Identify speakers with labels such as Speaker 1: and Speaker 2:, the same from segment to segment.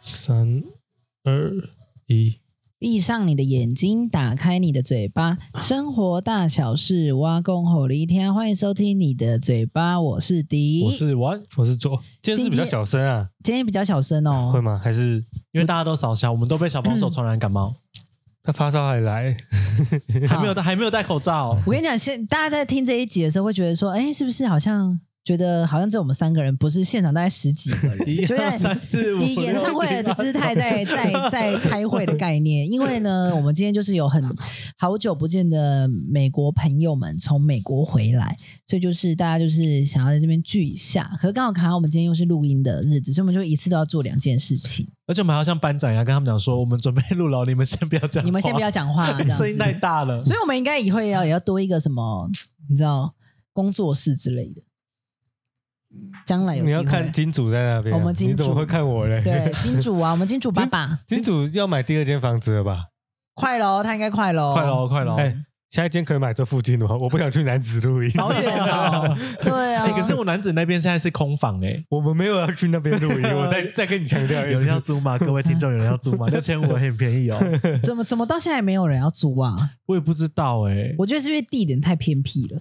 Speaker 1: 三二一，
Speaker 2: 闭上你的眼睛，打开你的嘴巴，生活大小事，挖工吼一天，欢迎收听你的嘴巴，我是迪，
Speaker 3: 我是玩，
Speaker 1: 我是左，今天是比较
Speaker 2: 今天
Speaker 1: 小声啊，
Speaker 2: 今天比较小声哦
Speaker 1: 会，吗？还是
Speaker 3: 因为大家都扫下，我们都被小帮手传染感冒，
Speaker 1: 他发烧还来？
Speaker 3: 还没有戴还没有戴 口罩，
Speaker 2: 我跟你讲，现大家在听这一集的时候，会觉得说，哎，是不是好像觉得好像只有我们三个人，不是现场大概十几个人，
Speaker 3: 一
Speaker 2: 就
Speaker 3: 二
Speaker 2: 在
Speaker 3: 三四 五，
Speaker 2: 以演唱会的姿态在在在开会的概念，因为呢，我们今天就是有很好久不见的美国朋友们从美国回来，所以就是大家就是想要在这边聚一下。可是刚好卡好我们今天又是录音的日子，所以我们就一次都要做两件事情。
Speaker 3: 而且我们还要像班长一样跟他们讲说，我们准备录了，你们先不要讲话，
Speaker 2: 你们先不要讲话，这样子
Speaker 3: 声音太大了，
Speaker 2: 所以我们应该以后也要也要多一个什么，你知道工作室之类的。将来有
Speaker 1: 你要
Speaker 2: 机会
Speaker 1: 看金主在那边啊，
Speaker 2: 我们金
Speaker 1: 你
Speaker 2: 主
Speaker 1: 怎么会看我嘞？
Speaker 2: 对金主啊，我们金主爸爸
Speaker 1: 金主要买第二间房子了吧？
Speaker 2: 快喽，他应该快喽，
Speaker 3: 快喽快喽，
Speaker 2: 哦
Speaker 1: 哎、
Speaker 3: 哎，
Speaker 1: 下一间可以买这附近的吗？我不想去南子录 音，
Speaker 2: 好远哦，对啊。
Speaker 3: 哎可是我男子那边现在是空房哎，
Speaker 1: 我们没有要去那边 录音，我再再跟你强调一
Speaker 3: 有人要
Speaker 1: 次，
Speaker 3: 租吗？各位听众有人要租吗？六千五很便宜哦，
Speaker 2: 怎么怎么到现在没有人要租啊？
Speaker 3: 我也不知道哎，
Speaker 2: 我觉得是因为地点太偏僻了，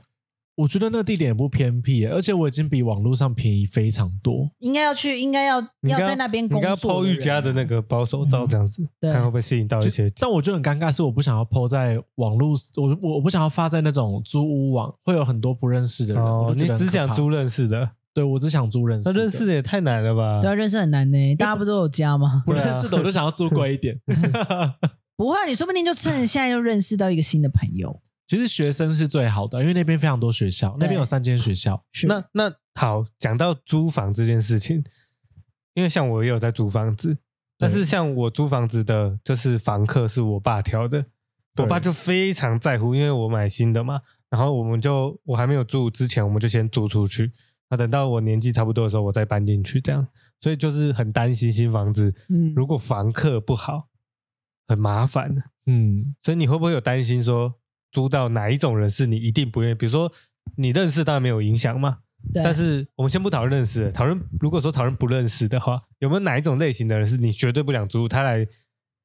Speaker 3: 我觉得那个地点也不偏僻哎，而且我已经比网络上便宜非常多，
Speaker 2: 应该要去，应该要
Speaker 1: 你
Speaker 2: 要
Speaker 1: 刚
Speaker 2: 在那边
Speaker 1: 你
Speaker 2: 工
Speaker 1: 刚刚
Speaker 2: 作
Speaker 1: 抛
Speaker 2: 的人。啊嗯
Speaker 1: 瑜伽的那个保手照这样子，
Speaker 2: 对
Speaker 1: 看会不会吸引到一些。
Speaker 3: 但我觉得很尴尬，是我不想要 PO 在网络，我我我不想要发在那种租屋网，会有很多不认识的人。
Speaker 1: 哦
Speaker 3: 我，
Speaker 1: 你
Speaker 3: 就觉得很
Speaker 1: 只
Speaker 3: 可怕
Speaker 1: 想租，认识的，
Speaker 3: 对我只想租认识
Speaker 1: 那
Speaker 3: 的，
Speaker 1: 认识的也太难了吧？
Speaker 2: 对啊，认识很难呢，大家不都有家吗？
Speaker 3: 不认识的，我就想要租贵 一点。
Speaker 2: 不会啊，你说不定就趁现在就认识到一个新的朋友。
Speaker 3: 其实学生是最好的，因为那边非常多学校，那边有三间学校。
Speaker 2: 是
Speaker 1: 那那好，讲到租房这件事情，因为像我也有在租房子，但是像我租房子的，就是房客是我爸挑的，我
Speaker 3: 对
Speaker 1: 爸就非常在乎，因为我买新的嘛，然后我们就我还没有住之前，我们就先租出去，那等到我年纪差不多的时候，我再搬进去，这样，所以就是很担心新房子
Speaker 2: 嗯
Speaker 1: 如果房客不好，很麻烦。
Speaker 3: 嗯，
Speaker 1: 所以你会不会有担心说租到哪一种人是你一定不愿意？比如说你认识当然没有影响嘛，
Speaker 2: 对
Speaker 1: 但是我们先不讨论认识的，讨论如果说讨论不认识的话，有没有哪一种类型的人是你绝对不想租？他来，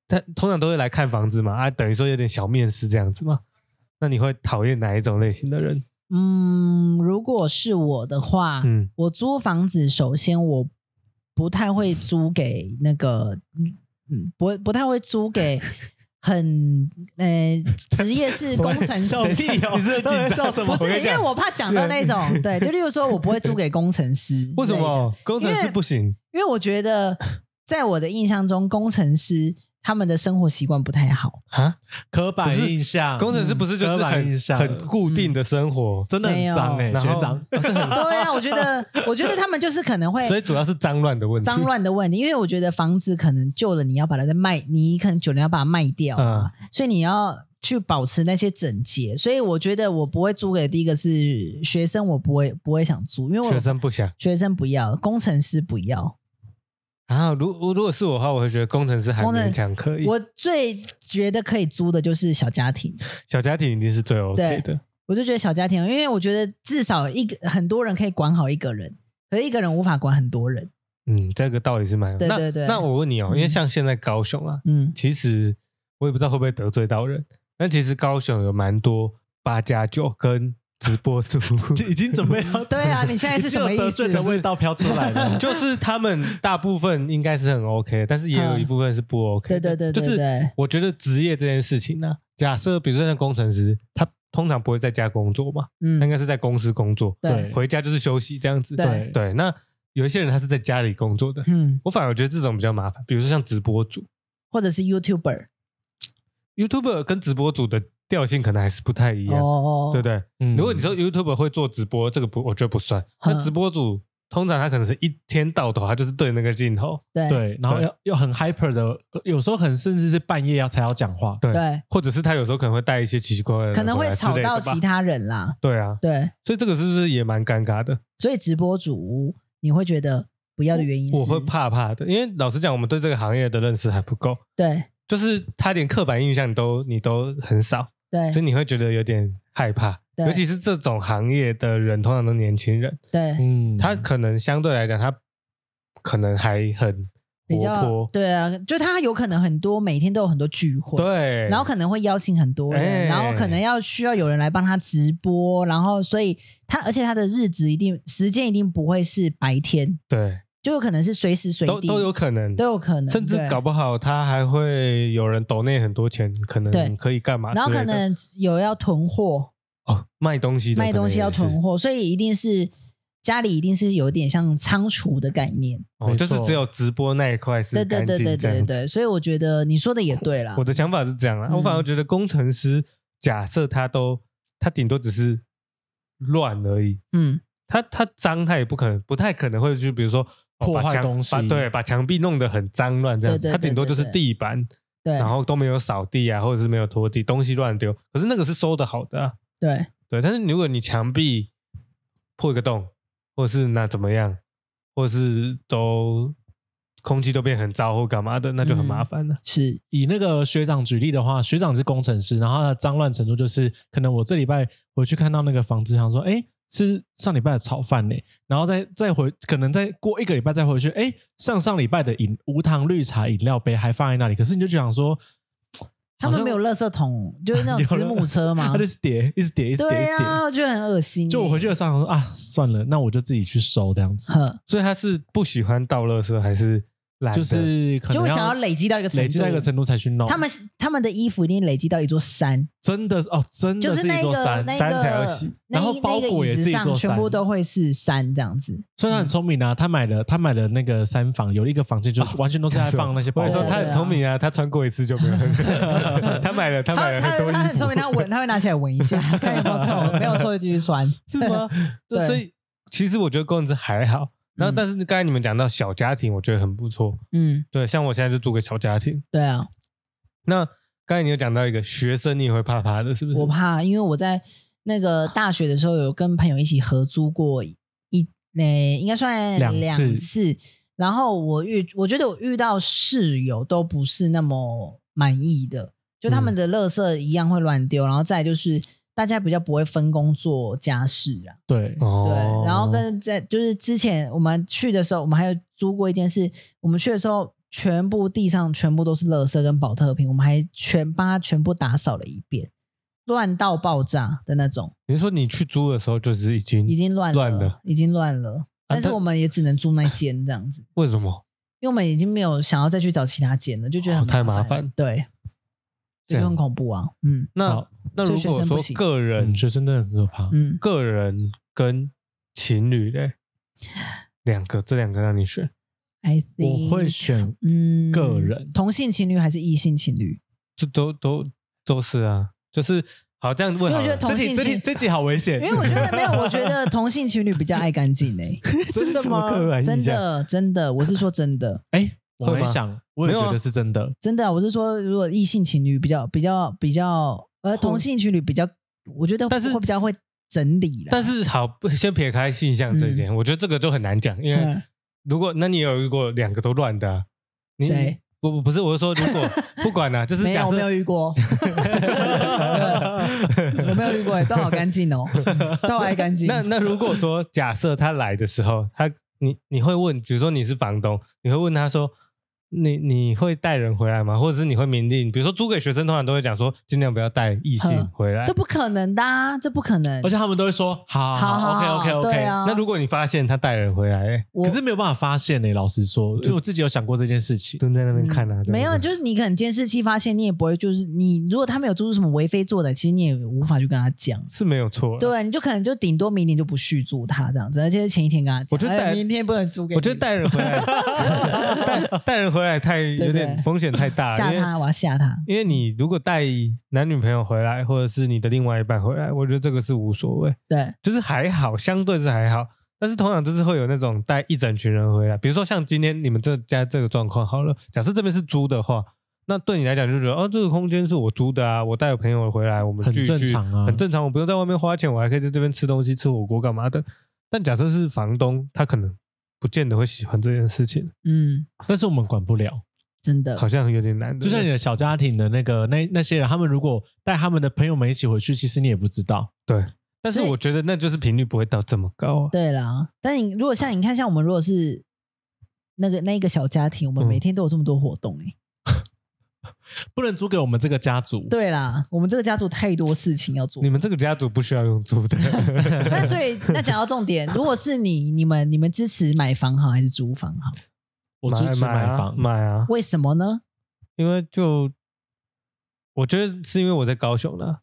Speaker 1: 他通常都会来看房子嘛，啊，等于说有点小面试这样子嘛。那你会讨厌哪一种类型的人？
Speaker 2: 嗯，如果是我的话，
Speaker 1: 嗯，
Speaker 2: 我租房子，首先我不太会租给那个，嗯，不会不太会租给很呃职业是工程师
Speaker 3: 笑屁哦！
Speaker 1: 你是很紧张
Speaker 3: 笑什么
Speaker 2: 不？是，
Speaker 1: 我跟你
Speaker 2: 因为
Speaker 1: 讲
Speaker 2: 我怕讲到那种，对，就例如说，我不会租给工程师，
Speaker 1: 为什？么工程
Speaker 2: 因
Speaker 1: 师
Speaker 2: 为
Speaker 1: 不行？
Speaker 2: 因为我觉得，在我的印象中，工程师他们的生活习惯不太 好，
Speaker 3: 刻板印象，
Speaker 1: 啊工程师不是就
Speaker 3: 刻
Speaker 1: 是
Speaker 3: 板印
Speaker 1: 很
Speaker 3: 象
Speaker 1: 很固定的生活，
Speaker 2: 嗯
Speaker 3: 真的很脏哎，
Speaker 1: 没有
Speaker 3: 学长。
Speaker 2: 对啊，我觉得，我觉得他们就是可 能会
Speaker 1: 所以主要是脏乱的问题。
Speaker 2: 脏乱的问题，因为我觉得房子可能旧了，你要把它再卖，你可能久了要把它卖掉啊，所以你要去保持那些整洁。所以我觉得我不会租给第一个是学生，我不会不会想租，因为我
Speaker 1: 学生不想。
Speaker 2: 学生不要，工程师不要。
Speaker 1: 啊，如如果是我的话，我会觉得工程师还
Speaker 2: 工程
Speaker 1: 勉强可以，
Speaker 2: 我最觉得可以租的就是小家庭，
Speaker 1: 小家庭一定是最 OK 的。
Speaker 2: 我就觉得小家庭，因为我觉得至少一个很多人可以管好一个人，可是一个人无法管很多人。
Speaker 1: 嗯，这个道理是蛮有。
Speaker 2: 对对对
Speaker 1: 那那我问你哦，
Speaker 2: 嗯
Speaker 1: 因为像现在高雄啊，
Speaker 2: 嗯，
Speaker 1: 其实我也不知道会不会得罪到人，但其实高雄有蛮多八加九跟直播主，
Speaker 3: 已经准备要
Speaker 2: 对啊，你现在是什么
Speaker 3: 已经有
Speaker 2: 意
Speaker 3: 得
Speaker 2: 思
Speaker 3: 罪？的味道飘出来 了。
Speaker 1: 就是他们大部分应该是很 OK，但是也有一部分是不 OK
Speaker 2: 对
Speaker 1: 的。
Speaker 2: 嗯对对对
Speaker 1: 就是
Speaker 2: 对，
Speaker 1: 我觉得职业这件事情呢、假设比如说像工程师，他通常不会在家工作嘛，他应
Speaker 2: 嗯，
Speaker 1: 该是在公司工作，
Speaker 2: 对
Speaker 1: 回家就是休息这样子。
Speaker 2: 对
Speaker 1: 对，那有一些人他是在家里工作的，
Speaker 2: 嗯，
Speaker 1: 我反而觉得这种比较麻烦。比如说像直播主、
Speaker 2: 或者是 YouTuber。
Speaker 1: YouTuber 跟直播主的调性可能还是不太一样，
Speaker 2: 哦，
Speaker 1: 对不对？
Speaker 3: 嗯
Speaker 1: 如果你说 YouTuber 会做直播，这个不，我觉得不算。
Speaker 2: 嗯
Speaker 1: 那直播主通常他可能是一天到头，他就是对那个镜头，
Speaker 2: 对
Speaker 3: 对，然后
Speaker 1: 对
Speaker 3: 要又很 hyper 的，呃有时候很甚至是半夜要才要讲话。
Speaker 1: 对
Speaker 2: 对
Speaker 1: 或者是他有时候可能会带一些奇奇怪怪的人
Speaker 2: 可能会吵
Speaker 1: 回来之类的
Speaker 2: 到
Speaker 1: 吧
Speaker 2: 其。他人啦。
Speaker 1: 对啊，
Speaker 2: 对，
Speaker 1: 所以这个是不是也蛮尴尬的？
Speaker 2: 所以直播主你会觉得不要的原因是，
Speaker 1: 我会怕怕的，因为老实讲，我们对这个行业的认识还不够，
Speaker 2: 对
Speaker 1: 就是他连刻板印象你都你都很少，
Speaker 2: 对
Speaker 1: 所以你会觉得有点害怕。
Speaker 2: 对
Speaker 1: 尤其是这种行业的人，通常都年轻人，
Speaker 2: 对，
Speaker 3: 嗯，
Speaker 1: 他可能相对来讲，他可能还很
Speaker 2: 比
Speaker 1: 活
Speaker 2: 较
Speaker 1: 泼，
Speaker 2: 对啊，就他有可能很多每天都有很多聚会，
Speaker 1: 对，
Speaker 2: 然后可能会邀请很多人，
Speaker 1: 哎
Speaker 2: 然后可能要需要有人来帮他直播，然后所以他而且他的日子一定时间一定不会是白天，
Speaker 1: 对，
Speaker 2: 就有可能是随时随
Speaker 1: 都
Speaker 2: 地
Speaker 1: 都有可能，
Speaker 2: 都有可能，
Speaker 1: 甚至
Speaker 2: 对
Speaker 1: 搞不好他还会有人抖内很多钱，可
Speaker 2: 对
Speaker 1: 能可以干嘛之
Speaker 2: 然后
Speaker 1: 类的？
Speaker 2: 可能有要囤货，
Speaker 1: 哦，卖东西的
Speaker 2: 卖东西要
Speaker 1: 可能也
Speaker 2: 囤
Speaker 1: 是，
Speaker 2: 货，所以一定是家里一定是有点像仓储的概念。
Speaker 1: 哦，
Speaker 3: 没
Speaker 1: 就是
Speaker 3: 错
Speaker 1: 只有直播那一块是
Speaker 2: 对对
Speaker 1: 干
Speaker 2: 对
Speaker 1: 净
Speaker 2: 对
Speaker 1: 这样
Speaker 2: 对
Speaker 1: 子
Speaker 2: 对，所以我觉得你说的也对啦
Speaker 1: 我。的想法是这样啦，我反而
Speaker 2: 嗯
Speaker 1: 觉得工程师假设他都他顶多只是乱而已，
Speaker 2: 嗯，
Speaker 1: 他他脏他也不可能不太可能会去比如说、哦
Speaker 3: 破
Speaker 1: 把
Speaker 3: 坏
Speaker 1: 墙
Speaker 3: 东西
Speaker 1: 把对，把墙壁弄得很脏乱这样子，
Speaker 2: 对对对
Speaker 1: 他顶多就是
Speaker 2: 对对
Speaker 1: 地板，
Speaker 2: 对
Speaker 1: 然后都没有扫地啊，或者是没有拖地，东西乱丢，可是那个是收的好的、啊，
Speaker 2: 对
Speaker 1: 对，但是如果你墙壁破一个洞，或者是那怎么样，或者是都空气都变很糟或干嘛的，那就很
Speaker 3: 嗯
Speaker 1: 麻烦了。
Speaker 2: 是，
Speaker 3: 以那个学长举例的话，学长是工程师，然后他的脏乱程度就是，可能我这礼拜回去看到那个房子，想说，哎，是上礼拜的炒饭呢，然后再再回，可能再过一个礼拜再回去，哎，上上礼拜的饮无糖绿茶饮料杯还放在那里，可是你就想说，
Speaker 2: 他
Speaker 3: 好
Speaker 2: 们
Speaker 3: 像
Speaker 2: 没有垃圾桶，就是那种
Speaker 3: 有
Speaker 2: 子
Speaker 3: 了
Speaker 2: 母车嘛
Speaker 3: 他。就是叠，一直叠，一直叠，一
Speaker 2: 对
Speaker 3: 直叠。
Speaker 2: 啊，我觉得很恶心欸。
Speaker 3: 就我回去的时候想说啊，算了，那我就自己去收这样子，
Speaker 2: 呵，
Speaker 1: 所以他是不喜欢倒垃圾，还是懒得？
Speaker 3: 就是可能
Speaker 2: 就会想要累积到一个程度
Speaker 3: 累积到一个程度才去弄。
Speaker 2: 他们他们的衣服一定累积到一座山，
Speaker 3: 真的哦，真的
Speaker 2: 就是
Speaker 3: 一
Speaker 2: 那
Speaker 3: 座
Speaker 2: 个
Speaker 3: 山，
Speaker 2: 那
Speaker 1: 山才要
Speaker 2: 个
Speaker 1: 洗
Speaker 2: 那
Speaker 3: 然后
Speaker 2: 一
Speaker 3: 包
Speaker 2: 那
Speaker 3: 裹
Speaker 2: 个
Speaker 3: 也
Speaker 2: 椅
Speaker 3: 是
Speaker 2: 子
Speaker 3: 一
Speaker 2: 上
Speaker 3: 座
Speaker 2: 全
Speaker 3: 山
Speaker 2: 部都会是山这样子。
Speaker 3: 虽然他很聪明啊，他买了他买了那个三房，有一个房间就完全都是在放那些包
Speaker 1: 我
Speaker 3: 裹。
Speaker 1: 也说
Speaker 2: 对
Speaker 1: 他很聪明啊，他穿过一次就没有。 他买了，他买了
Speaker 2: 他
Speaker 1: 很多衣服。
Speaker 2: 他很聪明，他闻他会拿起来闻一下， 看有没有臭，没有臭就继续穿。
Speaker 1: 是 吗？
Speaker 2: 对
Speaker 1: 对，所以其实我觉得工资还好。然后，
Speaker 2: 嗯
Speaker 1: 但是刚才你们讲到小家庭，我觉得很不错。
Speaker 2: 嗯，
Speaker 1: 对，像我现在就住个小家庭。
Speaker 2: 对啊，
Speaker 1: 那刚才你有讲到一个学生，你也会怕怕的，是不是？啊
Speaker 2: 我怕，因为我在那个大学的时候有跟朋友一起合租过一，呃、应该算
Speaker 3: 两次
Speaker 2: 两次。然后我遇，我觉得我遇到室友都不是那么满意的，就
Speaker 1: 嗯
Speaker 2: 他们的垃圾一样会乱丢，然后再来就是大家比较不会分工做家事啊。
Speaker 3: 对，
Speaker 1: 哦
Speaker 2: 对，然后跟在就是之前我们去的时候，我们还有租过一件事，我们去的时候全部地上全部都是垃圾跟保特瓶，我们还全帮它全部打扫了一遍，乱到爆炸的那种，
Speaker 1: 你是说你去租的时候就是已经
Speaker 2: 已经乱了
Speaker 1: 乱了，
Speaker 2: 已经乱了。但是
Speaker 1: 但
Speaker 2: 我们也只能住那间这样子，
Speaker 1: 为什么？
Speaker 2: 因为我们已经没有想要再去找其他间了，就觉得
Speaker 1: 哦
Speaker 2: 很
Speaker 1: 太
Speaker 2: 麻
Speaker 1: 麻烦
Speaker 2: 对，
Speaker 1: 这
Speaker 2: 这就
Speaker 1: 样
Speaker 2: 很恐怖啊。嗯
Speaker 1: 那
Speaker 3: 好
Speaker 1: 那
Speaker 2: 所
Speaker 1: 如
Speaker 2: 以学
Speaker 1: 果
Speaker 2: 生不
Speaker 1: 说
Speaker 2: 行
Speaker 1: 个人
Speaker 3: 嗯，学生真的很可怕。
Speaker 2: 嗯，
Speaker 1: 个人跟情侣嘞，两个这两个让你选，
Speaker 2: I
Speaker 3: 我
Speaker 2: think
Speaker 3: 会选
Speaker 2: 嗯
Speaker 3: 个人
Speaker 2: 同性情侣还是异性情侣？
Speaker 1: 就都都都是啊，就是好这样问
Speaker 2: 因为
Speaker 1: 好了。
Speaker 2: 我觉得同
Speaker 3: 这
Speaker 2: 性
Speaker 3: 题这题
Speaker 2: 情
Speaker 3: 这题好危险，
Speaker 2: 因为我觉得没有，我觉得同性情侣比较爱干 净诶，
Speaker 1: 真
Speaker 3: 的吗
Speaker 2: 真的真的，我是说真的
Speaker 3: 哎，我
Speaker 1: 会
Speaker 3: 来
Speaker 1: 吗
Speaker 3: 想，我也
Speaker 1: 没有啊
Speaker 3: 觉得是真的。
Speaker 2: 真的啊，我是说如果异性情侣比较比较比较，呃，同性情侣比较，我觉得
Speaker 1: 但是
Speaker 2: 会比较会整理啦。嗯
Speaker 1: 但是好，不先撇开性向这一点，我觉得这个就很难讲，因为
Speaker 2: 嗯
Speaker 1: 如果那你有遇过两个都乱的啊，你
Speaker 2: 谁
Speaker 1: 不不不是，我是说如 果不管啦、就是
Speaker 2: 没有
Speaker 1: 假
Speaker 2: 我
Speaker 1: 设
Speaker 2: 没有遇 过，我没有遇过欸，都好干净哦，都好爱干净。
Speaker 1: 那那如果说假设他来的时候，他你你会问，比如说你是房东，你会问他说，你你会带人回来吗？或者是你会明令，比如说租给学生，通常都会讲说尽量不要带异性
Speaker 2: 呵
Speaker 1: 回来
Speaker 2: 嗯这。不可能的啊，这不可能
Speaker 3: 而。且他们都会说好
Speaker 2: 好好
Speaker 3: ，OK OK
Speaker 2: 好
Speaker 3: OK。
Speaker 2: 对啊。
Speaker 1: 那如果你发现他带人回来，欸
Speaker 2: 我
Speaker 3: 可是没有办法发现欸呢，老实说，因为我自己有想过这件事情。
Speaker 1: 蹲在那边看啊，这样子
Speaker 2: 嗯没有，就是你可能监视器发现，你也不会就是你，如果他们有做出什么为非作歹，其实你也无法去跟他讲。
Speaker 1: 是没有错啦。啊
Speaker 2: 对，啊你就可能就顶多明年就不续租他这样子，而且是前一天跟他讲，
Speaker 1: 我觉得
Speaker 2: 哎
Speaker 1: 带
Speaker 2: 明天不能租给你，
Speaker 1: 我觉得带人回 来，带带人回来太
Speaker 2: 对
Speaker 1: 有点风险太大
Speaker 2: 吓
Speaker 1: 了，因
Speaker 2: 他，
Speaker 1: 为
Speaker 2: 我要吓他。
Speaker 1: 因为你如果带男女朋友回来，或者是你的另外一半回来，我觉得这个是无所谓，
Speaker 2: 对，
Speaker 1: 就是还好，相对是还好。但是通常就是会有那种带一整群人回来，比如说像今天你们这家这个状况好了，假设这边是租的话，那对你来讲就觉得哦，这个空间是我租的啊，我带我朋友回来，我们
Speaker 3: 很
Speaker 1: 聚一聚
Speaker 3: 正常啊
Speaker 1: 很正常，我不用在外面花钱，我还可以在这边吃东西、吃火锅干嘛的。但假设是房东，他可能不见得会喜欢这件事情，
Speaker 2: 嗯，
Speaker 3: 但是我们管不了。
Speaker 2: 真的
Speaker 1: 好，像有点难。
Speaker 3: 呃就像你的小家庭的那个那那些人，他们如果带他们的朋友们一起回去，其实你也不知道。
Speaker 1: 对，但是
Speaker 2: 所以
Speaker 1: 我觉得那就是频率不会到这么高啊。
Speaker 2: 对啦。但你如果像你看，像我们如果是那个那一个小家庭，我们
Speaker 1: 嗯
Speaker 2: 每天都有这么多活动、欸，
Speaker 3: 不能租给我们这个家族。
Speaker 2: 对啦，我们这个家族太多事情要做
Speaker 1: 你。们这个家族不需要用租的，
Speaker 2: 那所以，那讲到重点，如果是你，你们你们支持买房好还是租房好？
Speaker 3: 我支持买
Speaker 1: 啊
Speaker 3: 房，
Speaker 1: 买啊，
Speaker 2: 为什么呢？
Speaker 1: 因为就我觉得是因为我在高雄啦。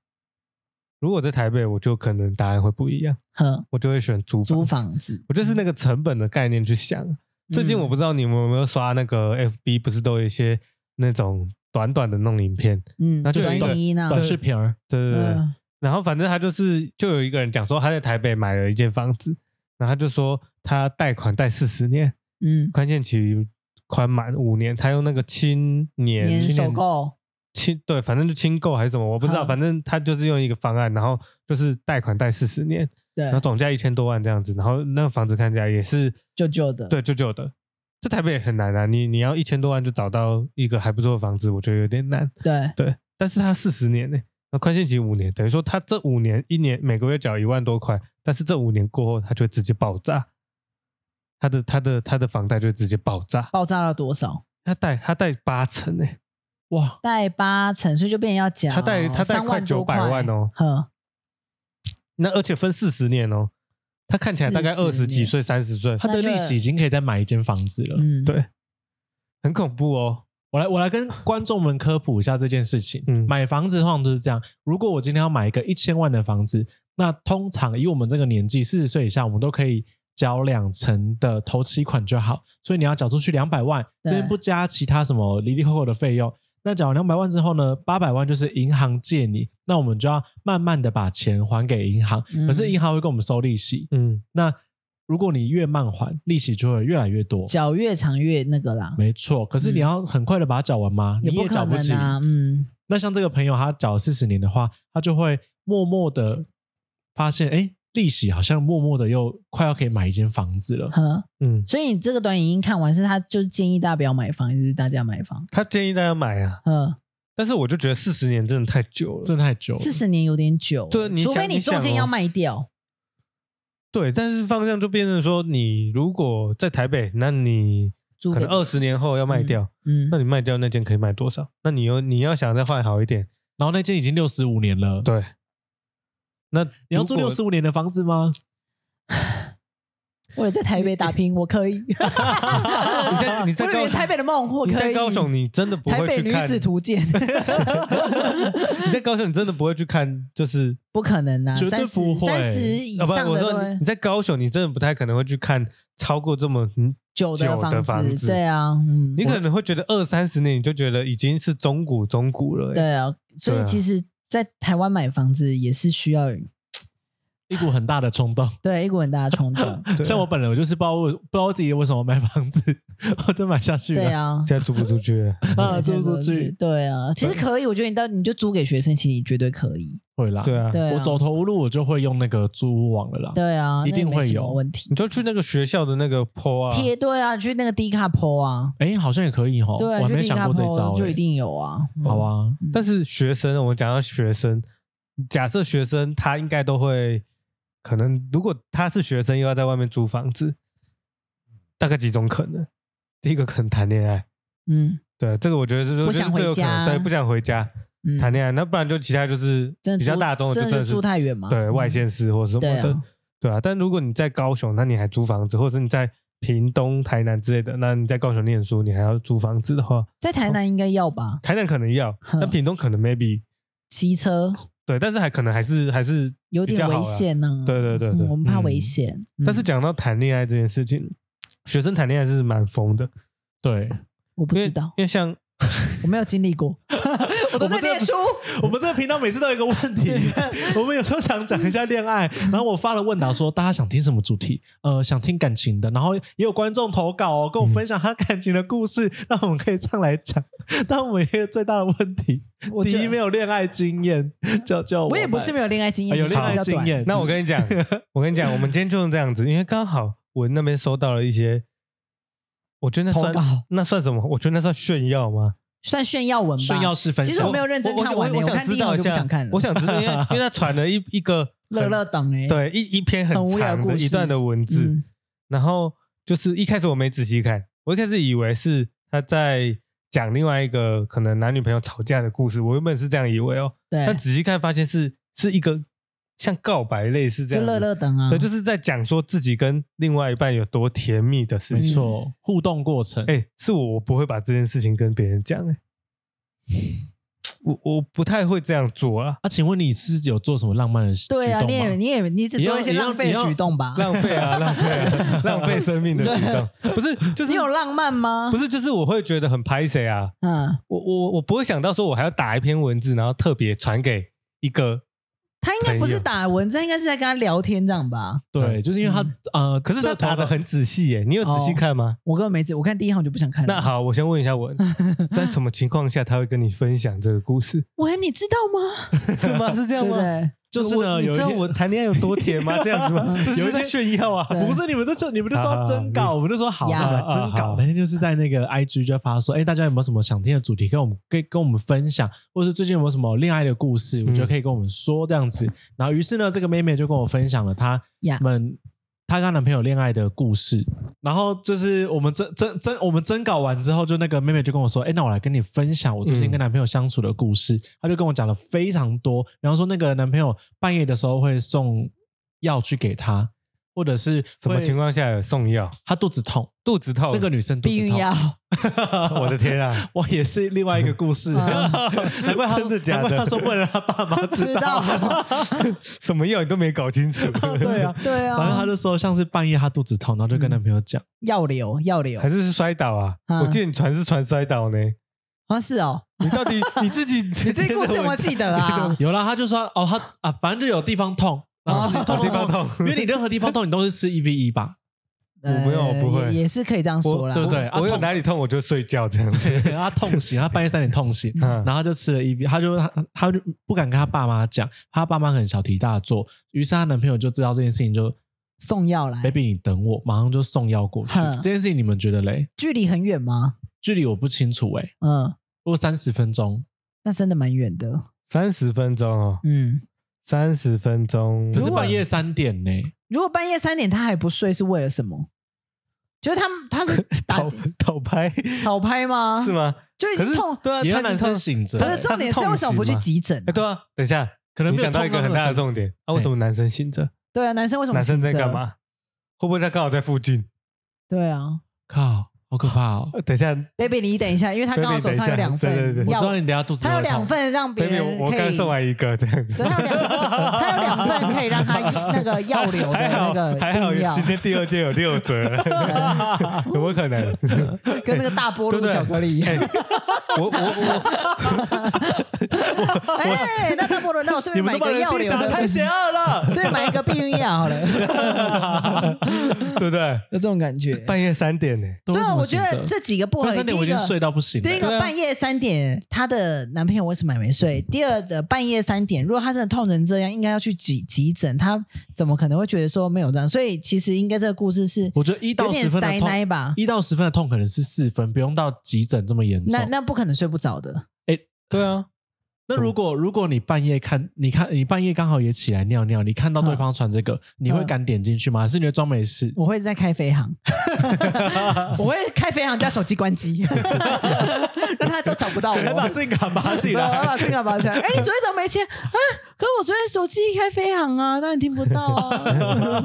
Speaker 1: 如果我在台北，我就可能答案会不一样，
Speaker 2: 呵，
Speaker 1: 我就会选租
Speaker 2: 租
Speaker 1: 房。
Speaker 2: 房嗯子。
Speaker 1: 我就是那个成本的概念去想。最近我不知道你们有没有刷那个 FB，不是都有一些那种短短的那种影片？
Speaker 2: 嗯，
Speaker 1: 那就有
Speaker 2: 短
Speaker 1: 一个
Speaker 2: 影音啊，
Speaker 3: 短视频儿。
Speaker 1: 对对对。
Speaker 2: 嗯
Speaker 1: 然后反正他就是就有一个人讲说他在台北买了一间房子，然后他就说他贷款贷四十年，
Speaker 2: 嗯，
Speaker 1: 宽限期宽满五年，他用那个青年
Speaker 2: 年
Speaker 1: 青
Speaker 2: 首
Speaker 1: 年
Speaker 2: 购，
Speaker 1: 清对，反正就清购还是什么，我不知道，
Speaker 2: 嗯
Speaker 1: 反正他就是用一个方案，然后就是贷款贷四十年，
Speaker 2: 对
Speaker 1: 然后，总价一千多万这样子，然后那个房子看起来也是
Speaker 2: 旧旧的，
Speaker 1: 对旧旧的，这台北也很难啊，你你要一千多万就找到一个还不错的房子，我觉得有点难，
Speaker 2: 对，
Speaker 1: 对，但是他四十年呢、那宽限期五年，等于说他这五年一年每个月缴一万多块，但是这五年过后，他就会直接爆炸，他的他的他的房贷就会直接爆炸，
Speaker 2: 爆炸了多少？
Speaker 1: 他贷他贷八成呢、
Speaker 2: 哦
Speaker 3: 哇，
Speaker 2: 贷八成，所以就变成要缴
Speaker 1: 他贷他贷
Speaker 2: 3
Speaker 1: 快
Speaker 2: 万多
Speaker 1: 900万哦
Speaker 2: 呵，
Speaker 1: 那而且分四十年哦，他看起来大概二
Speaker 2: 40
Speaker 1: 十几
Speaker 2: 年
Speaker 1: 岁、三十岁，
Speaker 3: 他的利息已经可以再买一间房子了。
Speaker 2: 嗯，
Speaker 1: 对很恐怖哦。
Speaker 3: 我来，我来跟观众们科普一下这件事情。
Speaker 1: 嗯
Speaker 3: 买房子通常都是这样，如果我今天要买一个一千万的房子，那通常以我们这个年纪，四十岁以下，我们都可以交两成的头期款就好。所以你要缴出去两百万，这
Speaker 2: 对
Speaker 3: 边不加其他什么离离扣扣的费用。那缴两百万之后呢，八百万就是银行借你，那我们就要慢慢的把钱还给银行，
Speaker 2: 嗯
Speaker 3: 可是银行会跟我们收利息。
Speaker 1: 嗯，
Speaker 3: 那如果你越慢还，利息就会越来越多。
Speaker 2: 缴越长越那个啦，
Speaker 3: 没错，可是你
Speaker 2: 嗯
Speaker 3: 要很快的把它缴完吗？
Speaker 2: 也
Speaker 3: 你
Speaker 2: 不
Speaker 3: 也
Speaker 2: 可
Speaker 3: 缴不
Speaker 2: 能
Speaker 3: 起。
Speaker 2: 啊，嗯，
Speaker 3: 那像这个朋友，他缴四十年的话，他就会默默的发现，哎，利息好像默默的又快要可以买一间房子了。
Speaker 2: 呵，
Speaker 1: 嗯，
Speaker 2: 所以你这个短影音看完是他就是建议大家不要买房，还是大家买房？
Speaker 1: 他建议大家买啊，
Speaker 2: 呵，
Speaker 1: 但是我就觉得四十年真的太久
Speaker 3: 这
Speaker 1: 了。
Speaker 3: 太久了，
Speaker 2: 四十年有点久，
Speaker 1: 对你想
Speaker 2: 除非
Speaker 1: 你想
Speaker 2: 中间
Speaker 1: 哦
Speaker 2: 要卖掉，
Speaker 1: 对，但是方向就变成说，你如果在台北，那你
Speaker 2: 租
Speaker 1: 可
Speaker 2: 给
Speaker 1: 能二十年后要卖掉，
Speaker 2: 嗯
Speaker 1: 那你卖掉那间可以卖多少？那你又你要想再换好一点，
Speaker 3: 然后那间已经六十五年了。，
Speaker 1: 对。那
Speaker 3: 你要住
Speaker 1: 如
Speaker 3: 六
Speaker 1: 果
Speaker 3: 十五年的房子吗？
Speaker 2: 我有在台北打拼，我可以。
Speaker 1: 你 在你在
Speaker 2: 我
Speaker 1: 高
Speaker 2: 有
Speaker 1: 雄
Speaker 2: 台北的梦，我
Speaker 1: 你
Speaker 2: 可
Speaker 1: 在
Speaker 2: 以。
Speaker 1: 高雄，你真的不
Speaker 2: 台
Speaker 1: 会
Speaker 2: 北
Speaker 1: 去
Speaker 2: 女
Speaker 1: 看
Speaker 2: 子图 鉴，
Speaker 1: 你在高雄，你真的不会去看，就是
Speaker 2: 不可能啊，
Speaker 3: 绝对不会
Speaker 2: 三十以
Speaker 1: 啊，不，
Speaker 2: 上
Speaker 1: 我
Speaker 2: 的
Speaker 1: 说你
Speaker 2: 都
Speaker 1: 你在高雄，你真的不太可能会去看超过这么，嗯
Speaker 2: 久
Speaker 1: 久的
Speaker 2: 的
Speaker 1: 房
Speaker 2: 房
Speaker 1: 子
Speaker 2: 对啊，嗯，
Speaker 1: 你可能会觉得二三十年，你就觉得已经是中古中古了、欸。
Speaker 2: 对啊，所
Speaker 1: 对
Speaker 2: 以
Speaker 1: 啊
Speaker 2: 其实，在台湾买房子也是需要
Speaker 3: 一股很大的冲动。
Speaker 2: 对一股很大的冲动，
Speaker 1: 对
Speaker 3: 像我本人，我就是不知道为不知道自己为什么买房子， 我就买下去
Speaker 2: 对
Speaker 3: 了。
Speaker 2: 啊，
Speaker 1: 现在租不出去了，
Speaker 2: 对
Speaker 3: 啊，
Speaker 2: 现
Speaker 3: 租
Speaker 2: 在
Speaker 3: 出
Speaker 2: 都是
Speaker 3: 去
Speaker 2: 对啊，其实可以，我觉得你到你就租给学生，其实你绝对可以，
Speaker 3: 会啦。
Speaker 1: 对啊，
Speaker 2: 对
Speaker 3: 我
Speaker 2: 啊，
Speaker 3: 走投无路，我就会用那个租屋网了啦。
Speaker 2: 对啊，
Speaker 3: 一
Speaker 2: 那也
Speaker 3: 定
Speaker 2: 没
Speaker 3: 会
Speaker 2: 什么
Speaker 3: 有
Speaker 2: 问题
Speaker 1: 你，就去那个学校的那个坡啊，
Speaker 2: 贴对啊，去那个低卡坡啊，
Speaker 3: 哎，好像也可以哦。
Speaker 2: 对
Speaker 3: 我
Speaker 2: 啊，
Speaker 3: 还
Speaker 2: 去
Speaker 3: 没
Speaker 2: 低
Speaker 3: 想
Speaker 2: 卡
Speaker 3: 过这招
Speaker 2: 坡
Speaker 3: 欸。
Speaker 2: 就一定有啊，嗯
Speaker 3: 好，啊，
Speaker 1: 但是学生，我们讲到学生，假设学生他应该都会，可能如果他是学生又要在外面租房子，大概几种可能。第一个可能谈恋爱，
Speaker 2: 嗯
Speaker 1: 对，这个我觉得是就
Speaker 2: 不
Speaker 1: 是
Speaker 2: 想
Speaker 1: 最有
Speaker 2: 回
Speaker 1: 可能，
Speaker 2: 家
Speaker 1: 对，不想回家
Speaker 2: 嗯，
Speaker 1: 谈恋爱，那不然就其他就是
Speaker 2: 真的
Speaker 1: 比较
Speaker 2: 租
Speaker 1: 大众的，
Speaker 2: 真
Speaker 1: 就
Speaker 2: 的
Speaker 1: 真的
Speaker 2: 就是住太远嘛嗯
Speaker 1: 对外县市或什么
Speaker 2: 对
Speaker 1: 的
Speaker 2: 啊，
Speaker 1: 对啊。但如果你在高雄，那你还租房子，或者是你在屏东、台南之类的，那你在高雄念书，你还要租房子的话，
Speaker 2: 在台南应该要吧？
Speaker 1: 台南可能要，
Speaker 2: 哼
Speaker 1: 但屏东可能 maybe
Speaker 2: 骑车
Speaker 1: 对，但是还可能还是还是
Speaker 2: 有
Speaker 1: 比较
Speaker 2: 点
Speaker 1: 好啦
Speaker 2: 危。险呢、
Speaker 1: 对对对对
Speaker 2: 嗯我们怕
Speaker 3: 嗯
Speaker 2: 危险。嗯
Speaker 1: 但是讲到谈恋爱这件事情，学生谈恋爱是蛮疯的，
Speaker 3: 对，
Speaker 2: 我不
Speaker 1: 因为
Speaker 2: 知道，
Speaker 1: 因为像
Speaker 2: 我没有经历过， 我都在 念书。
Speaker 3: 我们这个频道每次都有一个问 题，我们有时候想讲一下恋爱，然后我发了问答说大家想听什么主题？呃，想听感情的，然后也有观众投稿哦，跟我分享他感情的故事，那我们可以上来讲。但我们也有最大的问题，
Speaker 2: 我
Speaker 3: 第
Speaker 2: 就
Speaker 3: 一没有恋爱经验，叫叫我
Speaker 2: 我也不是
Speaker 1: 哎
Speaker 2: 没
Speaker 3: 们啊
Speaker 2: 有恋爱经验，
Speaker 3: 有
Speaker 2: 只是
Speaker 3: 恋爱
Speaker 2: 比 较
Speaker 3: 经
Speaker 2: 短。
Speaker 3: 验，
Speaker 1: 那我跟你讲，我跟你讲，我们今天就用这样子，因为刚好文那边收到了一些，我觉得那
Speaker 2: 投
Speaker 1: 算
Speaker 2: 稿
Speaker 1: 那算什么？我觉得那算炫耀吗？
Speaker 2: 算炫耀文吧，
Speaker 3: 炫耀式分享。
Speaker 2: 其实我没有认真看完
Speaker 1: 我
Speaker 2: 呢
Speaker 1: 我
Speaker 2: 我
Speaker 1: 想
Speaker 2: 看第
Speaker 1: 知
Speaker 2: 一眼
Speaker 1: 道
Speaker 2: 我
Speaker 1: 一
Speaker 2: 就不
Speaker 1: 下
Speaker 2: 想看，了
Speaker 1: 我想知 道，因为因为他传了一一个很
Speaker 2: 乐乐等哎，，
Speaker 1: 对一一篇很
Speaker 2: 很无聊的
Speaker 1: 长
Speaker 2: 故
Speaker 1: 的
Speaker 2: 事
Speaker 1: 一段的文字，
Speaker 2: 嗯，
Speaker 1: 然后就是一开始我没仔细看，我一开始以为是他在讲另外一个可能男女朋友吵架的故事，我原本是这样以为哦，
Speaker 2: 对
Speaker 1: 但，仔细看发现是是一个像告白类似这
Speaker 2: 就
Speaker 1: 样子，
Speaker 2: 乐乐等啊，
Speaker 1: 对，就是在讲说自己跟另外一半有多甜蜜的事
Speaker 3: 没
Speaker 1: 情。
Speaker 2: 嗯
Speaker 3: 错，互动过程。
Speaker 1: 哎、是我，我不会把这件事情跟别人讲、哎，我我不太会这样做啊，
Speaker 3: 啊，请问你是有做什么浪漫的事？
Speaker 2: 对啊，
Speaker 3: 举
Speaker 2: 你
Speaker 3: 动吗
Speaker 2: 也你也你只做了一些
Speaker 3: 你要
Speaker 2: 浪费的举动吧？
Speaker 1: 浪费 啊，浪费、啊，浪费生命的举 动，不是，就是
Speaker 2: 你有浪漫吗
Speaker 1: 不？是，就是我会觉得很拍谁啊，
Speaker 2: 嗯，
Speaker 1: 我我我不会想到说我还要打一篇文字，然后特别传给一个，
Speaker 2: 他应该不
Speaker 1: 朋
Speaker 2: 是
Speaker 1: 友
Speaker 2: 打文字，他应该是在跟他聊天这样吧？
Speaker 3: 对，就是因为他
Speaker 2: 嗯
Speaker 3: 呃，
Speaker 1: 可是他
Speaker 3: 这投
Speaker 1: 打的
Speaker 3: 稿
Speaker 1: 很仔细耶、哎你有仔细
Speaker 2: 哦
Speaker 1: 看吗？
Speaker 2: 我根本没记，我看第一行我就不想看了。
Speaker 1: 那，好，我先问一下 文，在什么情况下他会跟你分享这个故 事？
Speaker 2: 喂，你知道吗？
Speaker 1: 是吗？是这样
Speaker 2: 对不
Speaker 1: 吗？
Speaker 2: 对？
Speaker 3: 就是
Speaker 1: 我
Speaker 3: 呢，
Speaker 1: 你
Speaker 3: 有一
Speaker 1: 知道
Speaker 3: 天
Speaker 1: 我谈恋爱有多甜吗？这样子 吗？有在炫耀啊！
Speaker 2: 对
Speaker 3: 不是你们都说你们都说要征
Speaker 1: 好好
Speaker 3: 稿，我们都说好
Speaker 2: 呀
Speaker 3: 啦，
Speaker 1: 啊
Speaker 3: 征
Speaker 1: 好
Speaker 3: 稿。那天就是在那个 IG 就发说，哎，大家有没有什么想听的主题，跟我们跟跟我们分享，或者是最近有没有什么恋爱的故事，我觉得可以跟我们说这样子。然后于是呢，这个妹妹就跟我分享了她
Speaker 2: 呀
Speaker 3: 们她跟她男朋友恋爱的故事。然后就是我们征征征我们征稿完之后，就那个妹妹就跟我说，哎，那我来跟你分享我最近
Speaker 1: 嗯
Speaker 3: 跟男朋友相处的故事。她就跟我讲了非常多，然后说那个男朋友半夜的时候会送药去给她。或者是
Speaker 1: 什么
Speaker 3: 会
Speaker 1: 情况下有送药？
Speaker 3: 她肚子痛，
Speaker 1: 肚子痛？
Speaker 3: 那个女生肚
Speaker 2: 避
Speaker 3: 子
Speaker 2: 孕药
Speaker 3: 痛，，
Speaker 1: 我的天 啊！
Speaker 3: 哇，也是另外一个 故事。
Speaker 2: 啊
Speaker 3: 难怪她
Speaker 1: 真的假
Speaker 3: 难怪
Speaker 1: 的
Speaker 3: 她？说不能让她爸妈知
Speaker 2: 知道
Speaker 3: 道。？，
Speaker 1: 什么药你都没搞清楚
Speaker 3: 对啊，
Speaker 2: 对啊，
Speaker 3: 反正她就说像是半夜她肚子痛，然后就跟男朋友讲，
Speaker 2: 药流药流
Speaker 1: 还是是摔倒啊？
Speaker 2: 啊
Speaker 1: 我记得你传是传摔倒呢，
Speaker 2: 啊，是哦，
Speaker 1: 你到 底你自己
Speaker 2: 你
Speaker 1: 你
Speaker 2: 这故事有没有记 得啊？
Speaker 3: 有啦，她就说哦，她啊，反正就有地方痛，然后
Speaker 1: 哦地方痛
Speaker 3: 因为你任何地方痛，你都是吃 E V E 吧。
Speaker 1: 我没有
Speaker 2: 呃
Speaker 1: 我不会
Speaker 2: 也也是可以这样说啦。
Speaker 3: 对不对啊
Speaker 1: 我有
Speaker 3: 痛
Speaker 1: 哪里痛我就睡觉这样 子。
Speaker 3: 她痛醒，她半夜三点痛醒，
Speaker 1: 嗯
Speaker 3: 然后她就吃了 E V，她就她她就不敢跟她爸妈讲，她爸妈很小题大做，于是她男朋友就知道这件事情就，
Speaker 2: 送药来，
Speaker 3: baby 你等我，马上就送药过去。
Speaker 2: 哼
Speaker 3: 这件事情你们觉得嘞？
Speaker 2: 距离很远吗？
Speaker 3: 距离我不清楚哎、欸，
Speaker 2: 嗯，
Speaker 3: 如果三十分钟，
Speaker 2: 那真的蛮远的。
Speaker 1: 三十分钟哦，
Speaker 2: 嗯，
Speaker 1: 三十分钟。
Speaker 3: 可是半夜三点呢、
Speaker 2: 如果半夜三点他还不睡，是为了什么？就是他 他是打
Speaker 1: 讨讨拍
Speaker 2: 讨拍吗？
Speaker 1: 是？吗？
Speaker 2: 就已
Speaker 1: 可
Speaker 2: 经
Speaker 1: 是
Speaker 2: 痛，
Speaker 1: 对啊，
Speaker 3: 也
Speaker 1: 他
Speaker 3: 要
Speaker 1: 已经
Speaker 3: 男生
Speaker 1: 痛
Speaker 3: 醒着、
Speaker 2: 可
Speaker 3: 欸
Speaker 2: 是，重点是
Speaker 1: 他是痛
Speaker 2: 为什么不去
Speaker 1: 醒吗
Speaker 2: 急诊
Speaker 1: 哎，？对啊，等一下，
Speaker 3: 可能
Speaker 1: 你
Speaker 3: 没有
Speaker 1: 讲到一个很大的重点啊，为什么男生醒着？
Speaker 2: 对啊，男生为什么
Speaker 1: 男生在
Speaker 2: 醒着
Speaker 1: 干？嘛？会不会他刚好在附近？
Speaker 2: 对啊
Speaker 3: 靠，好可怕哦！
Speaker 1: 呃等一下，
Speaker 2: ，baby，你等一下，因为他刚好
Speaker 1: Baby，
Speaker 2: 手上有两份
Speaker 1: 等一下对对
Speaker 3: 我
Speaker 1: 对
Speaker 2: 药
Speaker 3: 知，道你等一下肚子
Speaker 2: 他有
Speaker 3: 会痛
Speaker 2: 两，份让别
Speaker 1: baby，
Speaker 2: 人
Speaker 1: 我我
Speaker 2: 可
Speaker 1: 刚
Speaker 2: 以，
Speaker 1: 送完一个这样子
Speaker 2: 对，。他有两，他有两份可以让他那个药流的
Speaker 1: 还
Speaker 2: 那
Speaker 1: 好
Speaker 2: 个
Speaker 1: 还好
Speaker 2: 定，药
Speaker 1: 今，天第二届有六折， 怎么可能？
Speaker 2: 跟那个大波
Speaker 1: 对
Speaker 2: 路
Speaker 1: 不对
Speaker 2: 巧克力一样。
Speaker 1: 哎我我 我，
Speaker 2: 哎，那大波路，那我顺
Speaker 3: 你
Speaker 2: 便
Speaker 3: 们
Speaker 2: 买一
Speaker 3: 都把
Speaker 2: 个
Speaker 3: 人
Speaker 2: 药
Speaker 3: 心里
Speaker 2: 流
Speaker 3: 想的
Speaker 2: 的，
Speaker 3: 太邪恶 了。
Speaker 2: 顺便买一个避孕药好了，
Speaker 1: 对不对？
Speaker 2: 有这种感觉。
Speaker 1: 半夜三点呢，
Speaker 3: 对
Speaker 2: 对啊，我觉得这几个不合理。
Speaker 3: 三点
Speaker 2: 第
Speaker 3: 我
Speaker 2: 一
Speaker 3: 已经
Speaker 2: 个
Speaker 3: 睡到不行了
Speaker 2: 第一
Speaker 3: 欸。
Speaker 1: 对
Speaker 2: 个
Speaker 1: 啊
Speaker 2: 半夜三点，她的男朋友为什么还没睡？第二的半夜三点，如果她真的痛成这样，应该要去急急诊。她怎么可能会觉得说没有这样？所以其实应该这个故事是，
Speaker 3: 我觉得一到
Speaker 2: 有点
Speaker 3: 十分的
Speaker 2: 塞奶
Speaker 3: 痛
Speaker 2: 吧
Speaker 3: 一到十分的痛可能是四分，不用到急诊这么严重。
Speaker 2: 那那不可能睡不着的。
Speaker 1: 对啊，
Speaker 3: 那如果如果你半夜看，你看你半夜刚好也起来尿尿，你看到对方传这个，你会敢点进去吗？还是你会装没事？
Speaker 2: 我会在开飞 航，我会开飞航，将手机关 机，让他都找不到我。
Speaker 3: 还把信卡拔起
Speaker 2: 对 我
Speaker 3: 来，
Speaker 2: 把这个拔起来。哎、你昨天怎么没切啊？可我昨天手机开飞航啊，但你听不到 啊。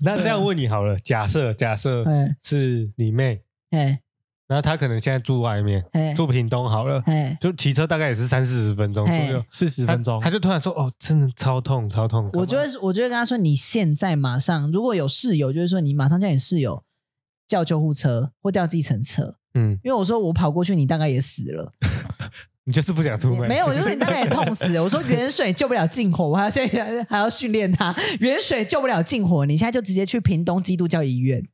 Speaker 1: 那这样问你好了，假设假设
Speaker 2: 哎
Speaker 1: 是你妹，
Speaker 2: 哎
Speaker 1: 然后她可能现在住外面，
Speaker 2: 哎
Speaker 1: 住屏东好了，
Speaker 2: 哎，
Speaker 1: 就骑车大概也是三四十分钟左右，
Speaker 3: 四十
Speaker 1: 她
Speaker 3: 分钟
Speaker 1: 她，就突然说：“哦，真的超痛，超痛。”
Speaker 2: 我就会我就会跟他说，你现在马上，如果有室友，就是说你马上叫你室友叫救护车或叫计程车，
Speaker 1: 嗯，
Speaker 2: 因为我说我跑过去，你大概也死了。
Speaker 1: 你就是不想出门，
Speaker 2: 没有，我 就说你大概也痛死了。我说远水救不了近火，我还要现在还要训练他，远水救不了近火，你现在就直接去屏东基督教医院。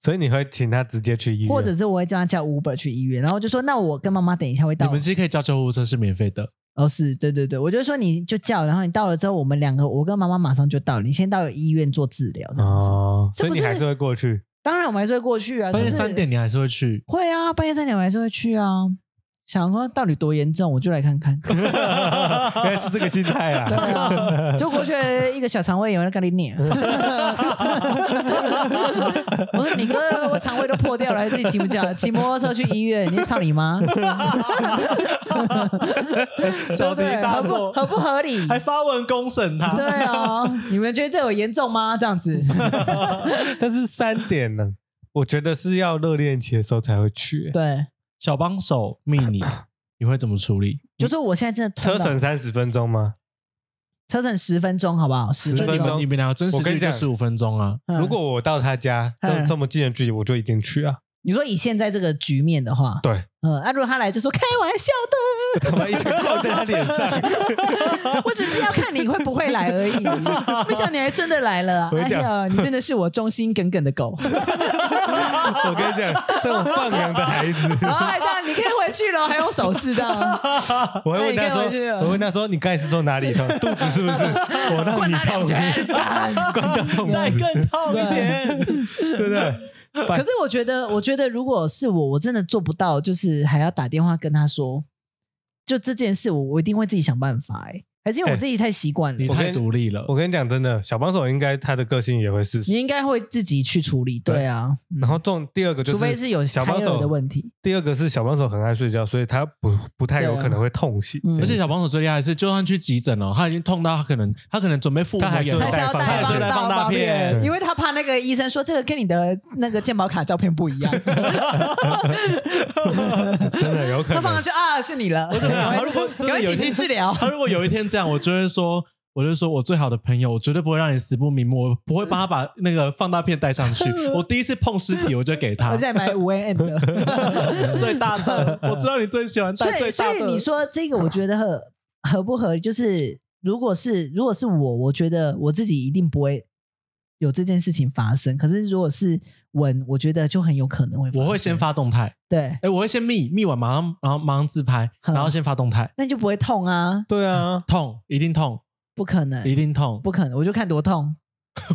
Speaker 1: 所以你会请她直接去医院，
Speaker 2: 或者是我会叫他叫 Uber 去医院，然后就说那我跟妈妈等一下会
Speaker 3: 你
Speaker 2: 到
Speaker 3: 们。其实可以叫救护车是免费的，
Speaker 2: 哦，是对对对，我就说你就叫，然后你到了之后，我们两个，我跟妈妈马上就到了，你先到了医院做治疗这样子。
Speaker 1: 哦，
Speaker 2: 这
Speaker 1: 所以
Speaker 2: 不
Speaker 1: 你
Speaker 2: 是
Speaker 1: 还是会过 去
Speaker 2: 当然我们还是会过去啊，
Speaker 3: 半
Speaker 2: 可
Speaker 3: 夜
Speaker 2: 是，
Speaker 3: 三点你还是会去
Speaker 2: 会啊，半夜三点我还是会去啊。想说到底多严重，我就来看看。
Speaker 1: 原来是这个心态
Speaker 2: 对
Speaker 1: 啊。
Speaker 2: 啊，就过去一个小肠胃炎，我就跟你 撵。我说你哥，我肠胃都破掉了，还自己骑不脚，骑摩托车去医院，你是操你妈！
Speaker 3: 小题
Speaker 2: 对不对
Speaker 3: 大
Speaker 2: 合不
Speaker 3: 做，
Speaker 2: 合不合理？
Speaker 3: 还发文公审他
Speaker 2: 对。啊，你们觉得这有严重吗？这样子，
Speaker 1: 但是三点呢，我觉得是要热恋期的时候才会去，
Speaker 2: 对，
Speaker 3: 小帮手密 你，你会怎么处理？
Speaker 2: 就是我现在真的痛
Speaker 1: 车
Speaker 2: 到
Speaker 1: 程三十分钟吗？
Speaker 2: 车程十分钟，好不好？十
Speaker 1: 10
Speaker 3: 就
Speaker 2: 分
Speaker 1: 分
Speaker 3: 你
Speaker 2: 钟
Speaker 1: 钟
Speaker 3: 们你们两个真实
Speaker 1: 我跟
Speaker 3: 距
Speaker 1: 你
Speaker 3: 就
Speaker 1: 讲
Speaker 3: 十五分钟啊，
Speaker 2: 嗯
Speaker 1: 如果我到他家这
Speaker 2: 嗯
Speaker 1: 这么近的距离，我就一定去啊。
Speaker 2: 你说以现在这个局面的话，
Speaker 1: 对，
Speaker 2: 嗯，那、如果他来就说开玩笑
Speaker 1: 他妈一拳扣在他脸 上，
Speaker 2: 的，我只是要看你会不会来而 已，没想到你还真的来了，
Speaker 1: 我跟
Speaker 2: 哎
Speaker 1: 你讲
Speaker 2: 呀，你真的是我忠心耿耿的狗。
Speaker 1: 我跟你讲，这种放羊的孩子，
Speaker 2: 然后哎还这样，你可以回去了，还用手势 这样，
Speaker 1: 我会问他
Speaker 2: 那你可以回去
Speaker 1: 说，
Speaker 2: 了
Speaker 1: 我会问他说，你刚才是说哪里痛？ 肚子是不是？我让
Speaker 2: 灌
Speaker 1: 你
Speaker 2: 他两
Speaker 1: 痛
Speaker 2: 拳。
Speaker 1: 死， 灌到痛死，
Speaker 3: 痛
Speaker 2: 一点，
Speaker 1: 对不对？
Speaker 2: 可是我觉得，我觉得如果是我，我真的做不到，就是还要打电话跟他说，就这件事我，我一定会自己想办法、欸。还是因为我自己太习惯
Speaker 1: 哎
Speaker 2: 了，
Speaker 3: 你太独立了
Speaker 1: 我。跟你讲，真的，小帮手应该他的个性也会是。
Speaker 2: 你应该会自己去处理。对啊，嗯
Speaker 1: 然后重第二个就是，
Speaker 2: 除非是有
Speaker 1: 小
Speaker 2: 胎
Speaker 1: 帮
Speaker 2: 儿
Speaker 1: 手
Speaker 2: 的问题。
Speaker 1: 第二个是小帮手很爱睡觉，所以他不不太有
Speaker 2: 对啊
Speaker 1: 可能会痛醒。
Speaker 2: 嗯
Speaker 3: 而且小帮手最厉害的是，就算去急诊哦，他已经痛到他可能他可能准备腹
Speaker 1: 他还
Speaker 3: 膜
Speaker 1: 是
Speaker 3: 炎，
Speaker 1: 会
Speaker 2: 他
Speaker 1: 带
Speaker 2: 是要
Speaker 1: 放
Speaker 2: 带
Speaker 1: 大
Speaker 2: 放
Speaker 1: 片
Speaker 2: 大
Speaker 3: 放大 片
Speaker 2: 因为他怕那个医生说这个跟你的那个健保卡照片不 一样，
Speaker 1: 真的有可
Speaker 2: 他
Speaker 1: 能
Speaker 2: 放上去啊是你了，
Speaker 3: 么样
Speaker 2: 赶快
Speaker 3: 他如果真的
Speaker 2: 赶快
Speaker 3: 有一
Speaker 2: 紧急
Speaker 3: 天
Speaker 2: 治 疗。
Speaker 3: 他如果有一天这样，我就会说，我就说我最好的朋友，我绝对不会让你死不瞑目，我不会帮他把那个放大片带 上去。我第一次碰尸体，我就给
Speaker 2: 我
Speaker 3: 他
Speaker 2: 在买五 M 的。
Speaker 3: 最大的。我知道你最喜欢
Speaker 2: 所
Speaker 3: 带最
Speaker 2: 以，
Speaker 3: 大
Speaker 2: 所
Speaker 3: 的。
Speaker 2: 以你说这个，我觉得合合不合理，就是如果是如果是我，我觉得我自己一定不会有这件事情发生。可是如果是文，我觉得就很有可能会发生。
Speaker 3: 我会先发动态，
Speaker 2: 对，
Speaker 3: 哎，我会先密密完，马上然后马上自拍，
Speaker 2: 嗯
Speaker 3: 然后先发动态，
Speaker 2: 那就不会痛啊，
Speaker 1: 对啊，
Speaker 3: 痛一定痛，
Speaker 2: 不可能，
Speaker 3: 一定痛，
Speaker 2: 不可能，我就看多痛，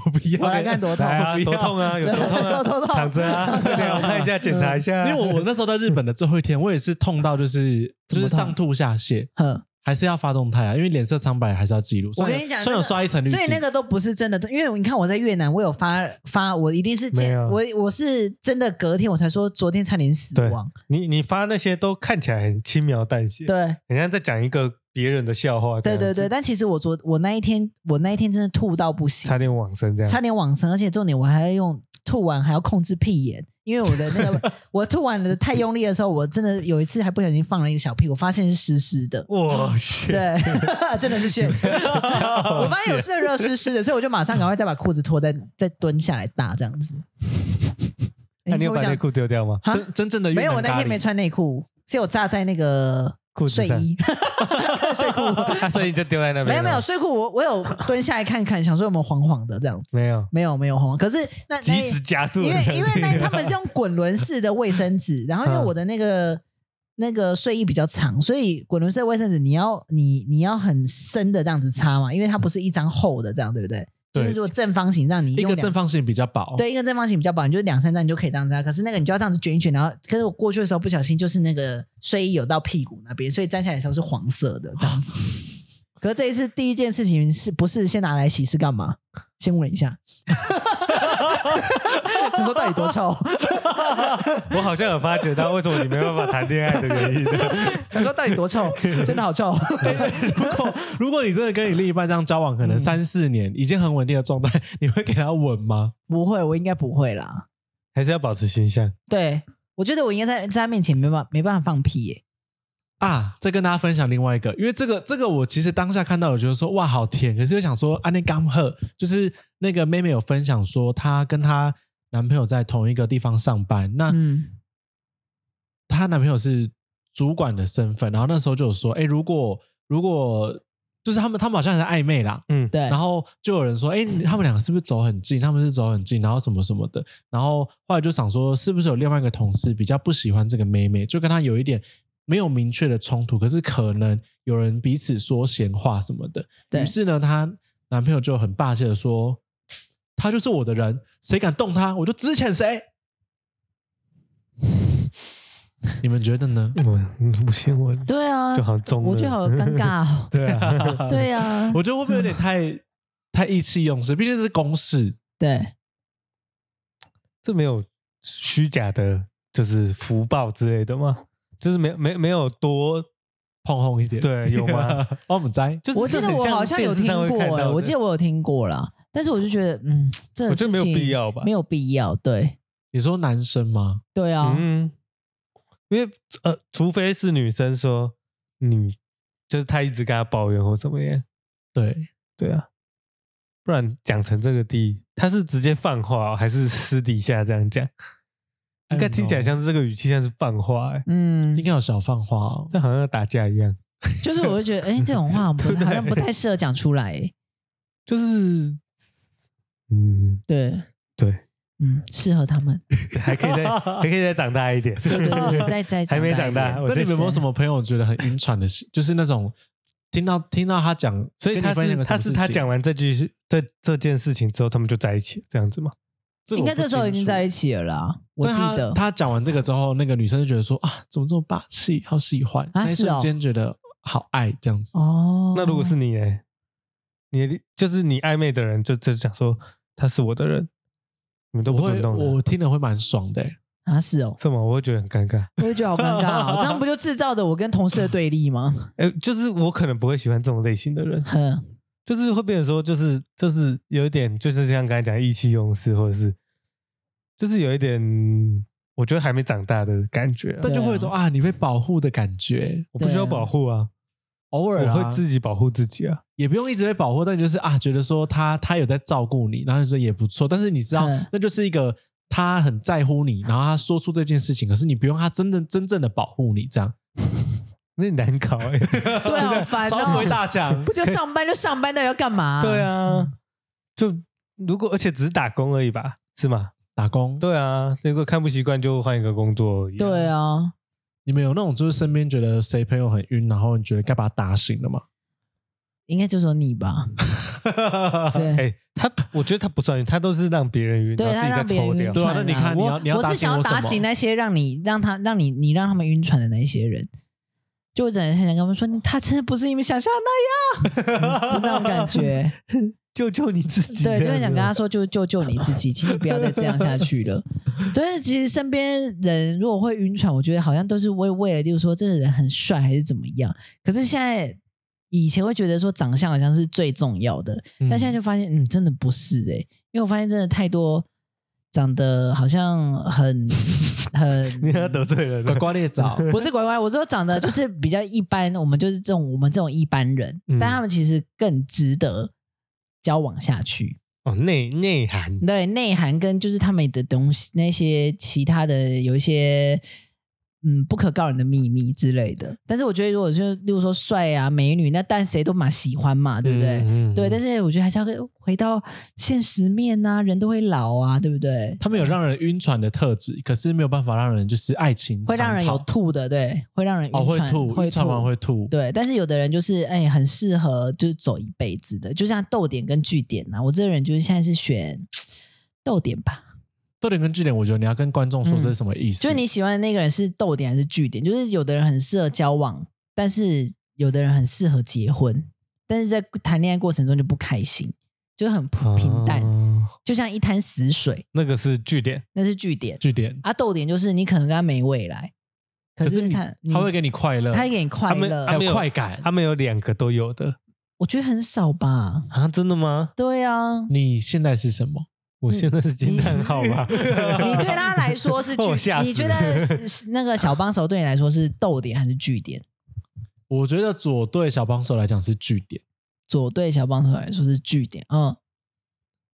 Speaker 3: 我不要
Speaker 2: 我来看多痛。
Speaker 1: 来啊，
Speaker 3: 不要
Speaker 1: 多痛 啊，有多痛啊，
Speaker 2: 多痛
Speaker 1: 躺着啊，这 边我看一下，检查一下啊。
Speaker 3: 因为我我那时候在日本的最后一天，我也是痛到就是
Speaker 2: 怎
Speaker 3: 就
Speaker 2: 么痛
Speaker 3: 是上吐下泻，
Speaker 2: 呵，
Speaker 3: 还是要发动态啊，因为脸色苍白还是要记录。
Speaker 2: 我跟你讲
Speaker 3: 虽然
Speaker 2: 那
Speaker 3: 有虽然有
Speaker 2: 个
Speaker 3: 刷一层滤镜，
Speaker 2: 所以那个都不是真的痛，因为你看我在越南，我有发发，我一定是
Speaker 1: 没
Speaker 2: 见
Speaker 1: 有
Speaker 2: 我我是真的隔天我才说昨天差点死
Speaker 1: 对
Speaker 2: 亡，
Speaker 1: 你你发那些都看起来很轻描淡写，
Speaker 2: 对，
Speaker 1: 很像在讲一个别人的笑话这
Speaker 2: 对
Speaker 1: 样子。
Speaker 2: 对对，但其实我昨我那一天我那一天真的吐到不行，
Speaker 1: 差点往生这样。
Speaker 2: 差点往生，而且重点我还要用吐完还要控制屁眼，因为我的那个 我吐完的太用力的时候，我真的有一次还不小心放了一个小屁，我发现是湿湿的。
Speaker 1: 我去，
Speaker 2: 嗯对， 真的 是线。我发现我是热湿湿的，所以我就马上赶快再把裤子脱，再再蹲下来搭这样子。
Speaker 1: 那你有
Speaker 2: 我
Speaker 1: 把内
Speaker 2: 讲
Speaker 1: 裤丢掉吗？
Speaker 2: 啊
Speaker 3: 真真正的越
Speaker 2: 没有，
Speaker 3: 南
Speaker 2: 我那
Speaker 3: 咖
Speaker 2: 天
Speaker 3: 喱
Speaker 2: 没穿内裤，是我炸在那个
Speaker 1: 裤子
Speaker 2: 睡
Speaker 1: 上
Speaker 2: 衣。
Speaker 1: 啊所以你就丢在那边。
Speaker 2: 没有没有，睡裤我我有蹲下来看看，想说有没有黄黄的这样子，
Speaker 1: 没有，
Speaker 2: 没有没有黄黄。可是那那
Speaker 1: 及时夹住
Speaker 2: 因
Speaker 1: 了。
Speaker 2: 为因为那他们是 用滚轮式的卫生纸，然后因为
Speaker 1: 嗯
Speaker 2: 我的那个那个睡衣比较长，所以滚轮式的卫生纸你要你你要很深的这样子擦嘛，因为它不是一张厚的这样，对不对？
Speaker 3: 对
Speaker 2: 就是如果正方形让你
Speaker 3: 一
Speaker 2: 用
Speaker 3: 个
Speaker 2: 两
Speaker 3: 正方形比较薄，
Speaker 2: 对，一个正方形比较薄，你就两三张你就可以这样子啊。可是那个你就要这样子卷一卷，然后可是我过去的时候不小心就是那个睡衣有到屁股那边，所以站起来的时候是黄色的这样 子。可是这一次第一件事情是不是先拿来洗是干嘛？先闻一下，想说到底多臭，
Speaker 1: 我好像有发觉到为什么你没办法谈恋爱的原 因。
Speaker 2: 想说到底多 臭，真的好臭。
Speaker 3: 如果如果你真的跟你另一半这样交往，可能三四年已经很稳定的状态，你会给他吻吗？
Speaker 2: 不会，我应该不会啦。
Speaker 1: 还是要保持形象。
Speaker 2: 对，我觉得我应该在在他面前没办法没办法放屁耶、
Speaker 3: 啊，再跟大家分享另外一个，因为这个这个我其实当下看到，我觉得说哇好甜，可是又想说啊那刚喝，就是那个妹妹有分享说她跟她男朋友在同一个地方上班，那
Speaker 2: 嗯，
Speaker 3: 她男朋友是主管的身份，然后那时候就有说，哎、如果如果就是他们他们好像还在暧昧啦，
Speaker 1: 嗯，
Speaker 2: 对。
Speaker 3: 然后就有人说，哎、你他们两个是不是走很近？他们是走很近，然后什么什么的。然后后来就想说，是不是有另外一个同事比较不喜欢这个妹妹，就跟她有一点没有明确的冲突，可是可能有人彼此说闲话什么的。
Speaker 2: 对
Speaker 3: 于是呢，她男朋友就很霸气的说：“他就是我的人，谁敢动他，我就之前谁。”你们觉得呢？
Speaker 1: 嗯我不行，我
Speaker 2: 对啊
Speaker 1: 就，好中了，。
Speaker 2: 我觉得好尴尬哦
Speaker 1: 对 啊，
Speaker 2: 对啊，
Speaker 3: 我觉得会不会有点太太意气用事？毕竟这是公事，
Speaker 2: 对
Speaker 1: 这没有虚假的，就是福报之类的吗？就是没没没有多
Speaker 3: 碰轰一点。哦
Speaker 1: 对有 吗？
Speaker 3: 我们在
Speaker 1: 就是
Speaker 2: 我记
Speaker 1: 这
Speaker 2: 得
Speaker 1: 很
Speaker 2: 我好像有
Speaker 1: 电视
Speaker 2: 听
Speaker 1: 上会
Speaker 2: 过
Speaker 1: 看到
Speaker 2: 欸，
Speaker 1: 的
Speaker 2: 我记得我有听过啦，但是我就觉得，嗯，这
Speaker 1: 我
Speaker 2: 个
Speaker 1: 觉
Speaker 2: 事
Speaker 1: 得
Speaker 2: 情
Speaker 1: 没有必要吧
Speaker 2: 没有必要，对
Speaker 3: 你说男生吗？
Speaker 2: 对
Speaker 3: 哦
Speaker 2: 啊，
Speaker 1: 嗯，因为呃，除非是女生说你就是她一直跟她抱怨或怎么样，
Speaker 3: 对，
Speaker 1: 对啊，不然讲成这个地，她是直接放话哦、还是 私底下这样讲？应该听起来
Speaker 3: 哦
Speaker 1: 像是这个语气像是放话、欸，
Speaker 2: 嗯
Speaker 3: 应，该有小放话哦。
Speaker 1: 这好像要打架一样，
Speaker 2: 就是我就觉得，哎，这种 话我们
Speaker 1: 对不对
Speaker 2: 好像不太适合讲出来欸，
Speaker 1: 就是嗯，
Speaker 2: 对
Speaker 1: 对，
Speaker 2: 嗯，适合他 们，
Speaker 1: 还可以再还可以再长大一点，
Speaker 2: 对对
Speaker 3: 啊
Speaker 2: 对，对再再
Speaker 1: 还没
Speaker 2: 一
Speaker 1: 长大
Speaker 2: 点
Speaker 1: 我
Speaker 3: 那
Speaker 1: 觉得
Speaker 3: 你们有没有什么朋友觉得很晕船的事？就是那种听到听到他讲，
Speaker 1: 所以
Speaker 3: 跟你
Speaker 1: 他
Speaker 3: 分享
Speaker 1: 是
Speaker 3: 个
Speaker 1: 他
Speaker 3: 什
Speaker 1: 是
Speaker 3: 么
Speaker 1: 他
Speaker 3: 事情
Speaker 1: 讲，完这句这这件事情之后，他们就在一起这样子吗？
Speaker 3: 这个
Speaker 2: 应
Speaker 3: 我
Speaker 2: 该这时候已经在一
Speaker 3: 起。
Speaker 2: 起了啦，我
Speaker 3: 但
Speaker 1: 啊
Speaker 2: 记
Speaker 3: 他
Speaker 2: 得
Speaker 3: 他讲完这个之后，那个女生就觉得说啊，怎么这么霸气，好喜欢，
Speaker 2: 啊
Speaker 3: 那一
Speaker 2: 是
Speaker 3: 瞬
Speaker 2: 哦
Speaker 3: 间觉得好爱这样子。
Speaker 2: 哦，
Speaker 1: 那如果是你呢？你就是你暧昧的人，就就讲说他是我的人，你们都
Speaker 3: 我
Speaker 1: 不
Speaker 3: 会
Speaker 1: 尊重他
Speaker 3: 我听了会蛮爽的欸，
Speaker 2: 啊是哦，
Speaker 1: 什么？我会觉得很尴尬。
Speaker 2: 我就觉得好尴尬 哦，这样不就制造的我跟同事的对立 吗？
Speaker 1: 哎，就是我可能不会喜欢这种类型的人，
Speaker 2: 哼，
Speaker 1: 就是会变成说，就是就是有一点，就是像刚才讲意气用事，或者是就是有一点，我觉得还没长大的感觉啊、
Speaker 3: 但就会有一种啊，你被保护的感觉。
Speaker 1: 我不需要保护啊，
Speaker 3: 偶尔啊
Speaker 1: 我会自己保护自己啊。
Speaker 3: 也不用一直被保护，但就是啊，觉得说他他有在照顾你，然后你说也不错，但是你知道
Speaker 2: 嗯，
Speaker 3: 那就是一个他很在乎你，然后他说出这件事情，可是你不用他真的真正的保护你，这样
Speaker 1: 那你难 搞哎、
Speaker 2: 对，好烦
Speaker 3: 超不
Speaker 2: 哦
Speaker 3: 会。大 强
Speaker 2: 不，就上班就上班，那要干嘛、
Speaker 1: 对，啊，
Speaker 3: 嗯
Speaker 1: 就如果而且只是打工而已吧，是吗？
Speaker 3: 打工。
Speaker 1: 对啊，如果看不习惯就换一个工作而已、
Speaker 2: 对，啊，
Speaker 3: 你们有那种就是身边觉得谁朋友很晕，然后你觉得该把他打醒了吗？
Speaker 2: 应该就说你吧。对
Speaker 1: 哎、他我觉得他不算晕，他都是让别人晕，
Speaker 2: 对
Speaker 1: 然
Speaker 2: 他
Speaker 1: 后
Speaker 2: 让
Speaker 1: 自己再
Speaker 2: 别
Speaker 1: 抽
Speaker 2: 人晕
Speaker 1: 掉。
Speaker 3: 对啊
Speaker 2: 船
Speaker 3: 那你看你要
Speaker 2: 我
Speaker 3: 你要打
Speaker 2: 我是
Speaker 3: 醒
Speaker 2: 想要
Speaker 3: 我什
Speaker 2: 打
Speaker 3: 么
Speaker 2: 醒那些让你让他让你你让他们晕船的那些人，就我真的很想跟他们说，你他真的不是你们想象 的那样，就嗯那种感觉。
Speaker 1: 救救你自己！啊
Speaker 2: 对，就很想跟他
Speaker 1: 说，
Speaker 2: 说，就救救你自己，请你不要再这样下去 了。所以其实身边人如果会晕船，我觉得好像都是为为了，就是说这个人很帅还是怎么样。可是现在以前会觉得说长相好像是最重要的，
Speaker 3: 嗯
Speaker 2: 但现在就发现，嗯，真的不是哎、因为我发现真的太多长得好像 很很
Speaker 1: 你要得罪人啊
Speaker 3: 乖
Speaker 1: 了。
Speaker 3: 乖烈枣，
Speaker 2: 不是乖乖，我说长得就是比较一般，我们就是这种我们这种一般人，
Speaker 1: 嗯
Speaker 2: 但他们其实更值得交往下去。
Speaker 1: 哦，内内涵，
Speaker 2: 对内涵跟就是他们的东西，那些其他的有一些嗯不可告人的秘密之类的。但是我觉得，如果就例如说帅啊、美女，那但谁都蛮喜欢嘛，对不对？
Speaker 1: 嗯
Speaker 2: 对，但是我觉得还是要回到现实面呐、人都会老啊，对不对？
Speaker 3: 他们有让人晕船的特质，可是没有办法让人就是爱情
Speaker 2: 会让人有
Speaker 3: 长跑
Speaker 2: 吐的，对，会让人
Speaker 3: 哦会
Speaker 2: 晕船
Speaker 3: 吐，
Speaker 2: 会
Speaker 3: 晕船完会吐，
Speaker 2: 对，但是有的人就是哎、很适合就是走一辈子的，就像逗点跟据点啊呐、我这个人就是现在是选逗点吧，
Speaker 3: 逗点跟据点，我觉得你要跟观众说这是什么意思？
Speaker 2: 嗯就是你喜欢的那个人是逗点还是据点？就是有的人很适合交往，但是有的人很适合结婚，但是在谈恋爱过程中就不开心，就很普平淡，
Speaker 1: 哦
Speaker 2: 就像一滩死水，
Speaker 1: 那个是据点，
Speaker 2: 那是据点。
Speaker 3: 据点，
Speaker 2: 啊，逗点就是你可能跟他没未来，可
Speaker 3: 是
Speaker 2: 是
Speaker 3: 你
Speaker 2: 他
Speaker 3: 他会给你快乐，
Speaker 2: 他会给你快
Speaker 1: 他们
Speaker 2: 乐
Speaker 1: 他，
Speaker 3: 还
Speaker 1: 没
Speaker 3: 有
Speaker 1: 有
Speaker 3: 快感，
Speaker 1: 他们有两个都有的
Speaker 2: 我觉得很少吧。
Speaker 1: 啊，真的吗？
Speaker 2: 对啊，
Speaker 3: 你现在是什么？
Speaker 1: 我现在是惊叹号吧？
Speaker 2: 你 对他嗯来说是
Speaker 1: 我
Speaker 2: 据
Speaker 1: 吓，死
Speaker 2: 你觉得是是那个小帮手对你来说是逗点还是据点？
Speaker 3: 我觉得左对小帮手来讲是据点，
Speaker 2: 左对小帮手来说是据点，嗯，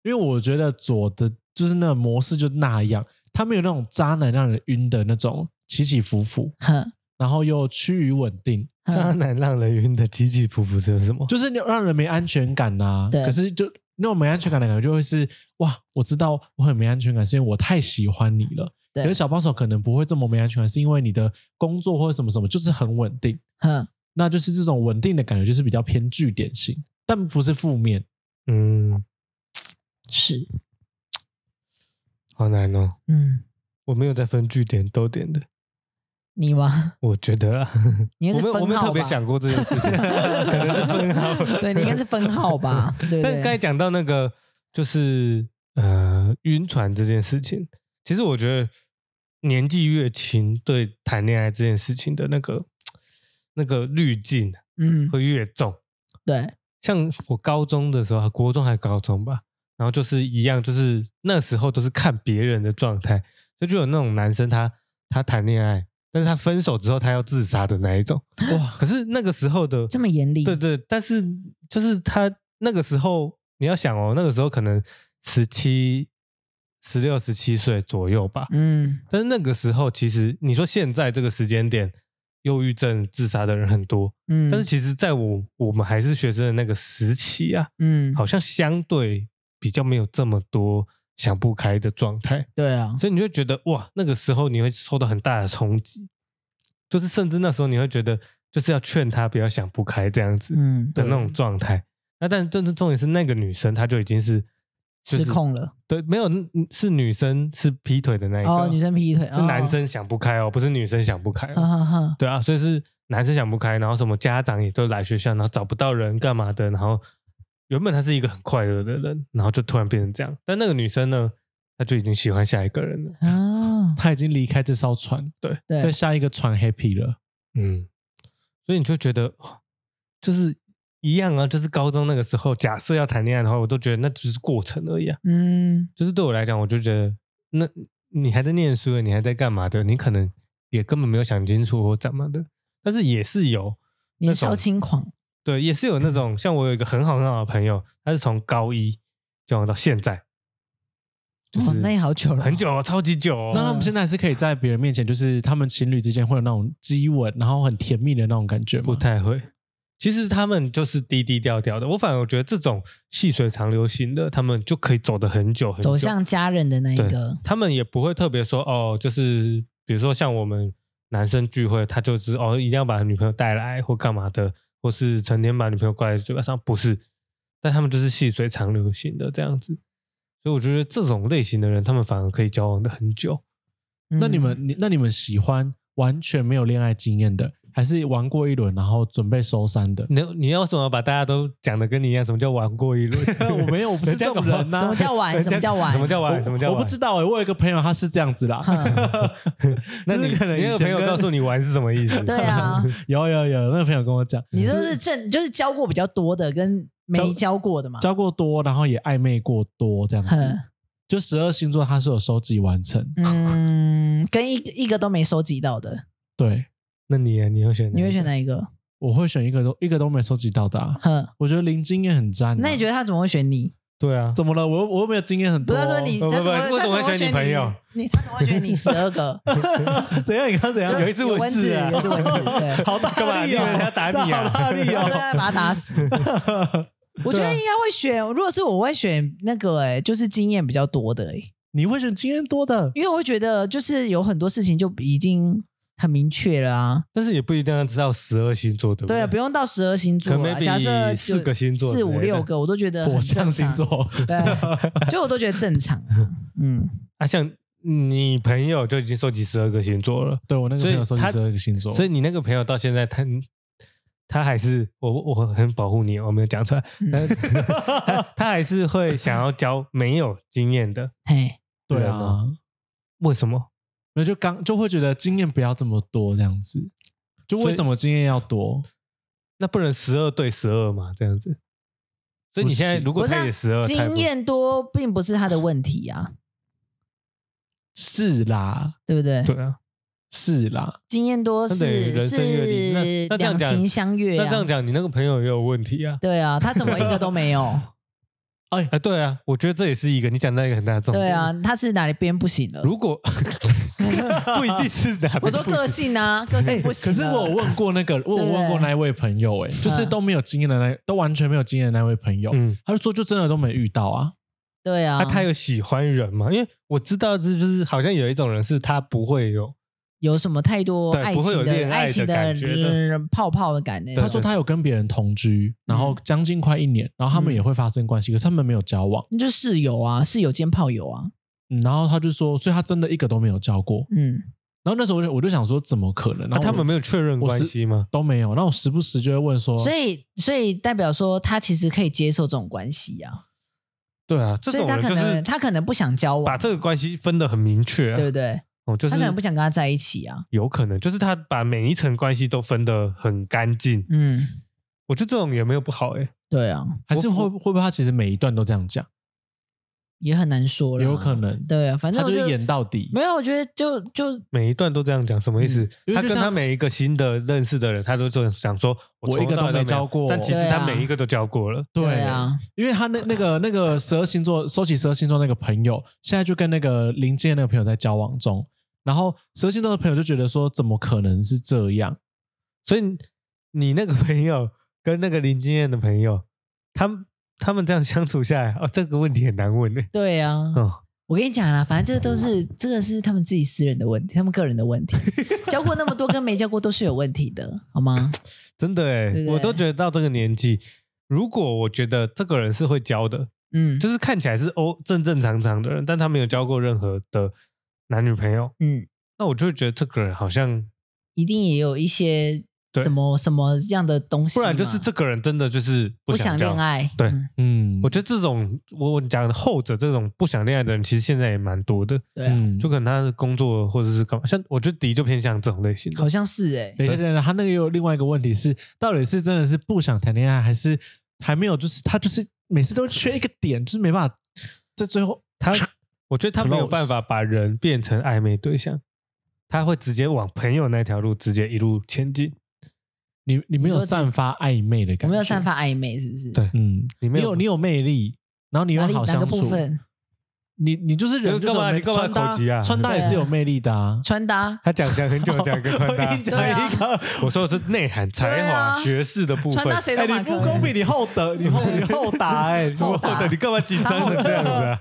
Speaker 3: 因为我觉得左的就是那个模式就那样，他没有那种渣男让人晕的那种起起伏伏，
Speaker 2: 哼，
Speaker 3: 然后又趋于稳定，
Speaker 1: 渣
Speaker 2: 哼
Speaker 1: 男让人晕的起起伏伏是什么？
Speaker 3: 就是让人没安全感呐、
Speaker 2: 对
Speaker 3: 可是就那种没安全感的感觉就会是哇，我知道我很没安全感，是因为我太喜欢你了。可
Speaker 2: 对
Speaker 3: 是，小帮手可能不会这么没安全感，是因为你的工作或者什么什么就是很稳定。
Speaker 2: 哼，
Speaker 3: 那就是这种稳定的感觉，就是比较偏据点型，但不是负面。
Speaker 1: 嗯，
Speaker 2: 是，
Speaker 1: 好难哦，
Speaker 2: 嗯，
Speaker 1: 我没有在分据点逗点的，
Speaker 2: 你吗？
Speaker 1: 我觉得啦，
Speaker 2: 你应
Speaker 1: 我
Speaker 2: 该
Speaker 1: 没
Speaker 2: 是
Speaker 1: 有我
Speaker 2: 分
Speaker 1: 没有
Speaker 2: 号
Speaker 1: 特别
Speaker 2: 吧？
Speaker 1: 想过这件事情， 可能是分号。
Speaker 2: 对你应该是分 号吧？对不
Speaker 1: 但刚才
Speaker 2: 对？
Speaker 1: 讲到那个就是呃晕船这件事情，其实我觉得年纪越轻，对谈恋爱这件事情的那个那个滤镜
Speaker 2: 嗯，
Speaker 1: 会越重。
Speaker 2: 对，
Speaker 1: 像我高中的时候，啊国中还高中吧，然后就是一样，就是那时候都是看别人的状态，所以就有那种男生他他谈恋爱，但是他分手之后他要自杀的那一种。
Speaker 3: 哇，
Speaker 1: 可是那个时候的
Speaker 2: 这么严厉，
Speaker 1: 对对，但是就是他那个时候，你要想哦，那个时候可能十七、十六、十七岁左右吧。
Speaker 2: 嗯，
Speaker 1: 但是那个时候，其实你说现在这个时间点，忧郁症自杀的人很多，
Speaker 2: 嗯，
Speaker 1: 但是其实在我我们还是学生的那个时期啊，
Speaker 2: 嗯，
Speaker 1: 好像相对比较没有这么多想不开的状态。
Speaker 2: 对啊，
Speaker 1: 所以你就觉得哇，那个时候你会受到很大的冲击，就是甚至那时候你会觉得就是要劝他不要想不开这样子
Speaker 2: 嗯，
Speaker 1: 的那种状态。那但但是重点是那个女生她就已经是、就是、
Speaker 2: 失，控了。
Speaker 1: 对，没有嗯是女生是劈腿的那一个，
Speaker 2: 哦，女生劈腿，
Speaker 1: 是男生想不开哦，不是女生想不开、
Speaker 2: 哦，
Speaker 1: 哦，
Speaker 2: 哈哈哈，
Speaker 1: 对啊，所以是男生想不开，然后什么家长也都来学校，然后找不到人干嘛的，然后原本他是一个很快乐的人，然后就突然变成这样。但那个女生呢，她就已经喜欢下一个人了，
Speaker 2: 啊，
Speaker 3: 他已经离开这艘船，
Speaker 1: 对，
Speaker 2: 对
Speaker 3: 在下一个船 happy 了。
Speaker 1: 嗯，所以你就觉得哦就是一样啊，就是高中那个时候，假设要谈恋爱的话，我都觉得那只是过程而已啊。
Speaker 2: 嗯，
Speaker 1: 就是对我来讲，我就觉得那你还在念书，你还在干嘛的？你可能也根本没有想清楚或怎么的，但是也是有那
Speaker 2: 年
Speaker 1: 种
Speaker 2: 少轻狂，
Speaker 1: 对，也是有那种像我有一个很好很好的朋友，他是从高一交往到现在，就是
Speaker 2: 哇，哦那啊也好久了，
Speaker 1: 很，久哦，超级久哦。
Speaker 3: 那他们现在还是可以在别人面前，就是他们情侣之间会有那种激吻，然后很甜蜜的那种感觉吗？
Speaker 1: 不太会。其实他们就是低低调调的，我反而觉得这种细水长流型的，他们就可以走得很久很久。
Speaker 2: 走向家人的那一
Speaker 1: 对
Speaker 2: 个，
Speaker 1: 他们也不会特别说哦，就是比如说像我们男生聚会，他就是哦一定要把女朋友带来或干嘛的，或是成天把女朋友挂在嘴巴上，不是。但他们就是细水长流型的这样子，所以我觉得这种类型的人，他们反而可以交往的很久。
Speaker 3: 那你
Speaker 2: 嗯
Speaker 3: 们，你那你们喜欢完全没有恋爱经验的，还是玩过一轮然后准备收山的？？
Speaker 1: 你你要什么把大家都讲的跟你一样？什么叫玩过一轮
Speaker 3: 我没有，我不是这种人 呐、
Speaker 2: 嗯什么叫玩
Speaker 1: 人家
Speaker 2: 什么叫玩
Speaker 1: 什么叫玩？
Speaker 3: 我
Speaker 1: 什么叫
Speaker 3: 我
Speaker 1: 玩？
Speaker 3: 不知道哎、我有一个朋友他是这样子啦。
Speaker 1: 那
Speaker 3: 就是
Speaker 1: 你
Speaker 3: 可能
Speaker 1: 你那
Speaker 3: 以
Speaker 1: 个
Speaker 3: 前
Speaker 1: 朋友
Speaker 3: 跟
Speaker 1: 告诉你玩是什么 意思？
Speaker 2: 对 啊，
Speaker 3: 有有有，那个朋友跟我讲，
Speaker 1: 嗯
Speaker 2: 你就是正就是教过比较多的，跟没教过的嘛，
Speaker 3: 交过多，然后也暧昧过多这样
Speaker 2: 哼
Speaker 3: 子。就十二星座他是有收集完成，
Speaker 2: 嗯，跟一一个都没收集到的，
Speaker 3: 对
Speaker 1: 那你你会选？
Speaker 2: 你会选？哪一嗯个？
Speaker 3: 我会选一个都一个都没收集到的、啊。
Speaker 2: 哼，
Speaker 3: 我觉得零经验很赞、
Speaker 2: 那你觉
Speaker 3: 得
Speaker 2: 得他怎么会选你？
Speaker 1: 对啊，
Speaker 3: 怎么了？我又我又没有经验很
Speaker 2: 不
Speaker 3: 多。
Speaker 2: 是他说你，
Speaker 1: 不
Speaker 2: 他
Speaker 1: 不
Speaker 2: 怎
Speaker 1: 不
Speaker 2: 么他
Speaker 1: 为什么
Speaker 2: 怎么
Speaker 1: 会
Speaker 2: 会
Speaker 1: 选你
Speaker 2: 选
Speaker 1: 朋友
Speaker 2: 你？你他怎么会选 你十二个？
Speaker 3: 哦怎样？你刚刚怎样？
Speaker 1: 有一只蚊
Speaker 2: 蚊
Speaker 1: 子啊
Speaker 2: 有一只蚊子， 对。
Speaker 3: 好大
Speaker 1: 干嘛
Speaker 3: 力
Speaker 1: 你以
Speaker 3: 哦！
Speaker 1: 为他打你啊
Speaker 3: 好大力
Speaker 2: 我最
Speaker 3: 哦！
Speaker 2: 爱把他 打死。我
Speaker 1: 啊
Speaker 2: 觉得应该会选，如果是我我会选那个、欸，就是经验比较多的、欸，
Speaker 3: 你会选经验多的，
Speaker 2: 因为我会觉得就是有很多事情就已经很明确了啊。
Speaker 1: 但是也不一定要知道十二星座，对不
Speaker 2: 对啊，不
Speaker 1: 用
Speaker 2: 用到十二星座
Speaker 1: 可能
Speaker 2: 了，
Speaker 1: maybe
Speaker 2: 假设就
Speaker 1: 四个星座之
Speaker 2: 四
Speaker 1: 类的
Speaker 2: 五六个，我都觉得 很
Speaker 3: 火
Speaker 2: 正
Speaker 3: 象星
Speaker 2: 常。
Speaker 3: 座。
Speaker 2: 对，就我都觉得正常啊。嗯，
Speaker 1: 啊。像你朋友就已经收集十二个星座了，
Speaker 3: 对我那个朋友收
Speaker 1: 所
Speaker 3: 集
Speaker 1: 以他
Speaker 3: 十二个星座，
Speaker 1: 所以你那个朋友到现在他他还是我我我很保护你哦，我没有讲出来，
Speaker 2: 嗯
Speaker 1: 但 他他还是会想要教没有经验的，
Speaker 2: 嘿，
Speaker 3: 对
Speaker 1: 人
Speaker 3: 啊
Speaker 1: 哦，为什么？
Speaker 3: 那就刚就会觉得经验不要这么多这样子。就为什么经验要多？
Speaker 1: 那不能十二对十二嘛，这样子。所以你现在
Speaker 3: 不行
Speaker 1: 如果
Speaker 2: 不是
Speaker 1: 他
Speaker 2: 啊
Speaker 1: 也十二，
Speaker 2: 经验多并不是他的问题啊，
Speaker 3: 是啦，
Speaker 2: 对不对？
Speaker 1: 对啊，
Speaker 3: 是啦，
Speaker 2: 经验多
Speaker 1: 那等于
Speaker 2: 是
Speaker 1: 人生阅历那
Speaker 2: 是
Speaker 1: 那这样
Speaker 2: 两
Speaker 1: 讲
Speaker 2: 情相悦
Speaker 1: 那这
Speaker 2: 啊
Speaker 1: 样。讲，你那个朋友也有问题啊。
Speaker 2: 对啊，他怎么一个都 没有？
Speaker 3: 哎，
Speaker 1: 啊，对啊，我觉得这也是一个你讲到一个很大的重点。
Speaker 2: 对啊，，他是哪里边不行了？
Speaker 1: 如 果不一定是哪边
Speaker 2: 我说
Speaker 1: 不行
Speaker 2: 个性啊，
Speaker 1: 哎
Speaker 2: 个性不行
Speaker 3: 可
Speaker 2: 了。
Speaker 3: 是我有问过那个，我有问过那一位朋友，哎，就是
Speaker 2: 嗯
Speaker 3: 都没有经验的那，都完全没有经验的那位朋友，
Speaker 1: 嗯，
Speaker 3: 他就说就真的都没遇到啊。
Speaker 2: 对啊，
Speaker 1: 啊，他有喜欢人吗？因为我知道这就是好像有一种人是他不会有
Speaker 2: 有什么太多
Speaker 1: 对
Speaker 2: 爱
Speaker 1: 不会
Speaker 2: 情
Speaker 1: 有恋
Speaker 2: 的
Speaker 1: 爱
Speaker 2: 爱
Speaker 1: 的
Speaker 2: 情
Speaker 1: 感觉的
Speaker 2: 嗯泡泡的感觉。
Speaker 3: 他说他有跟别人同居，
Speaker 1: 嗯
Speaker 3: 然后将近快一年，然后他们也会发生关系，可是他们没有交往。
Speaker 2: 那就室友啊，室友兼炮友啊，
Speaker 3: 嗯然后他就说，所以他真的一个都没有交过。
Speaker 2: 嗯，
Speaker 3: 然后那时候我就我就想说，怎么可能？然
Speaker 1: 那
Speaker 3: 后
Speaker 1: 啊他
Speaker 3: 我
Speaker 1: 们没有确认
Speaker 3: 我
Speaker 1: 关
Speaker 3: 是
Speaker 1: 系吗？
Speaker 3: 都没有。然后我时不时就会问
Speaker 1: 哦
Speaker 3: 说，
Speaker 2: 所以所以代表说他其实可以接受这种关系啊，
Speaker 1: 对啊，这
Speaker 2: 所以
Speaker 1: 种
Speaker 2: 他
Speaker 1: 人
Speaker 2: 可
Speaker 1: 就
Speaker 2: 能
Speaker 1: 是
Speaker 2: 他可能不想交
Speaker 1: 把
Speaker 2: 往，
Speaker 1: 这个关系分得很明确啊
Speaker 2: 对不对？
Speaker 1: 哦，就
Speaker 2: 他
Speaker 1: 是
Speaker 2: 可能不想跟他在一起啊，
Speaker 1: 有可能就是他把每一层关系都分得很干净。
Speaker 2: 嗯，
Speaker 1: 我觉得这种也没有不好哎、
Speaker 2: 对啊，
Speaker 3: 还是会会不会他其实每一段都这样讲？
Speaker 2: 也很难说了，
Speaker 3: 有可能
Speaker 2: 对啊，反
Speaker 3: 他
Speaker 2: 正我
Speaker 3: 就
Speaker 2: 觉
Speaker 3: 是
Speaker 2: 得
Speaker 3: 演到底。
Speaker 2: 没有，我觉得就就
Speaker 1: 每一段都这样讲，什么意思？
Speaker 3: 嗯因为
Speaker 1: 他
Speaker 3: 就
Speaker 1: 跟他
Speaker 3: 像
Speaker 1: 每一个新的认识的人，他都这想说，
Speaker 3: 我
Speaker 1: 从
Speaker 3: 一个
Speaker 1: 头到
Speaker 3: 都
Speaker 1: 尾
Speaker 3: 没
Speaker 1: 有
Speaker 3: 交过
Speaker 1: 但其实
Speaker 2: 对
Speaker 1: 他
Speaker 2: 啊
Speaker 1: 每一个都交过了。
Speaker 2: 对啊，
Speaker 3: 因为他那那个那个十二星座收集十二星座那个朋友，现在就跟那个临界那个朋友在交往中。然后十二星座的朋友就觉得说，怎么可能是这样？
Speaker 1: 所以你那个 朋友跟那个零经验的朋友，他们他们这样相处下来，哦，这个问题很难问呢。
Speaker 2: 对啊，
Speaker 1: 哦，
Speaker 2: 我跟你讲啦，反正这都是这个是他们自己私人的问题，他们个人 的问题。教过那么多跟没教过都是有问题的，好 吗？
Speaker 1: 真的哎
Speaker 2: 对，不对
Speaker 1: 我都觉得到这个年纪，如果我觉得这个人是会教的，
Speaker 2: 嗯
Speaker 1: 就是看起来是哦正正常常的人，但他没有交过任何的男女朋友，
Speaker 2: 嗯，
Speaker 1: 那我就会觉得这个人好像，
Speaker 2: 一定也有一些
Speaker 1: 对
Speaker 2: 什么什么样的东西
Speaker 1: 不
Speaker 2: 嘛，
Speaker 1: 然就是这个人真的就是
Speaker 2: 不
Speaker 1: 想
Speaker 2: 想
Speaker 1: 交
Speaker 2: 恋。爱。
Speaker 1: 对
Speaker 2: 嗯
Speaker 3: 嗯，
Speaker 1: 我觉得这种我我讲的后者这种不想恋爱的人，其实现在也蛮多的，
Speaker 2: 对啊，
Speaker 3: 嗯，
Speaker 1: 就
Speaker 3: 就
Speaker 1: 可能他的工作或者是干嘛，像我觉得迪就偏向这种类型的
Speaker 2: 好。像是哎、
Speaker 3: 等一下，等一下，他那个又有另外一个问题是，到底是真的是不想谈恋爱，还是还没有？就是他就是每次都缺一个点，就是没办法在最后
Speaker 1: 他，我觉得他没有办法把人变成暧昧对象，他会直接往朋友那条路直接一路前进。
Speaker 3: 你你没
Speaker 2: 你
Speaker 3: 有
Speaker 2: 说是
Speaker 3: 散发暧昧的感觉，
Speaker 2: 我们要散，发暧昧，是不是？
Speaker 1: 对
Speaker 3: 嗯，
Speaker 1: 你没
Speaker 3: 你
Speaker 1: 有
Speaker 3: 有你有魅力，然后你
Speaker 2: 哪
Speaker 3: 又
Speaker 2: 里
Speaker 3: 好
Speaker 2: 哪
Speaker 3: 相
Speaker 2: 个
Speaker 3: 处，
Speaker 2: 部分？
Speaker 3: 你你就是
Speaker 1: 就
Speaker 3: 人就是
Speaker 1: 干
Speaker 3: 是有
Speaker 1: 嘛
Speaker 3: 魅
Speaker 1: 你干嘛
Speaker 3: 穿搭
Speaker 1: 口急啊
Speaker 3: 穿搭也是有魅力的啊。
Speaker 2: 穿搭，
Speaker 1: 他讲讲很久，讲一个 穿
Speaker 3: 我
Speaker 1: 搭，
Speaker 3: 已经讲了一个，
Speaker 1: 我说的是内涵、才
Speaker 2: 啊对
Speaker 1: 华、
Speaker 2: 啊
Speaker 1: 学识的部分。
Speaker 2: 穿搭谁都
Speaker 3: 哎，你
Speaker 2: 蛮可
Speaker 3: 不
Speaker 2: 能
Speaker 3: 公平，你厚德，你厚你厚 达哎，
Speaker 1: 怎么
Speaker 2: 厚达
Speaker 1: 的？你干嘛紧张成这样子啊？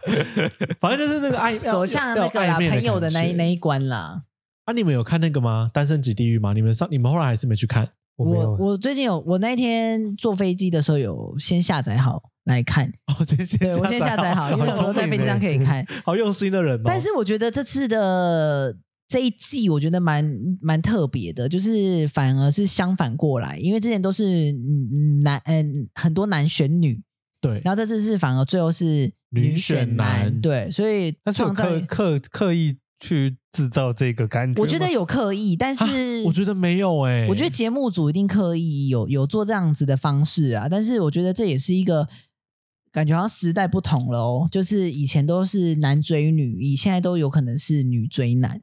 Speaker 3: 反正就是那个暧
Speaker 2: 走向那个啦，朋友的那一那一关啦。
Speaker 3: 啊，你们有看那个吗？《单身即地狱》吗？你们上你们后来还是没去看？
Speaker 1: 我没
Speaker 2: 我
Speaker 1: 有，
Speaker 2: 我最近有，我那天坐飞机的时候有先下载好来看，
Speaker 3: 哦，这些
Speaker 2: 对我先下载好，因为我
Speaker 1: 聪
Speaker 2: 说在
Speaker 1: 明
Speaker 2: 飞机
Speaker 1: 欸
Speaker 2: 上可以看。
Speaker 3: 好用心的人哦。
Speaker 2: 但是我觉得这次的这一季，我觉得蛮蛮特别的，就是反而是相反过来，因为之前都是嗯男嗯、很多男选女，
Speaker 3: 对，
Speaker 2: 然后这次是反而最后是
Speaker 3: 女
Speaker 2: 选
Speaker 3: 选男
Speaker 2: 对，所以
Speaker 1: 但是我
Speaker 2: 创造
Speaker 1: 刻刻刻意去制造这个感觉吗。
Speaker 2: 我觉得有刻意，但
Speaker 3: 啊
Speaker 2: 是
Speaker 3: 我觉得没有哎，
Speaker 2: 我觉得节目组一定刻意有有做这样子的方式啊，但是我觉得这也是一个感觉好像时代不同了哦，就是以前都是男追女，以现在都有可能是女追男，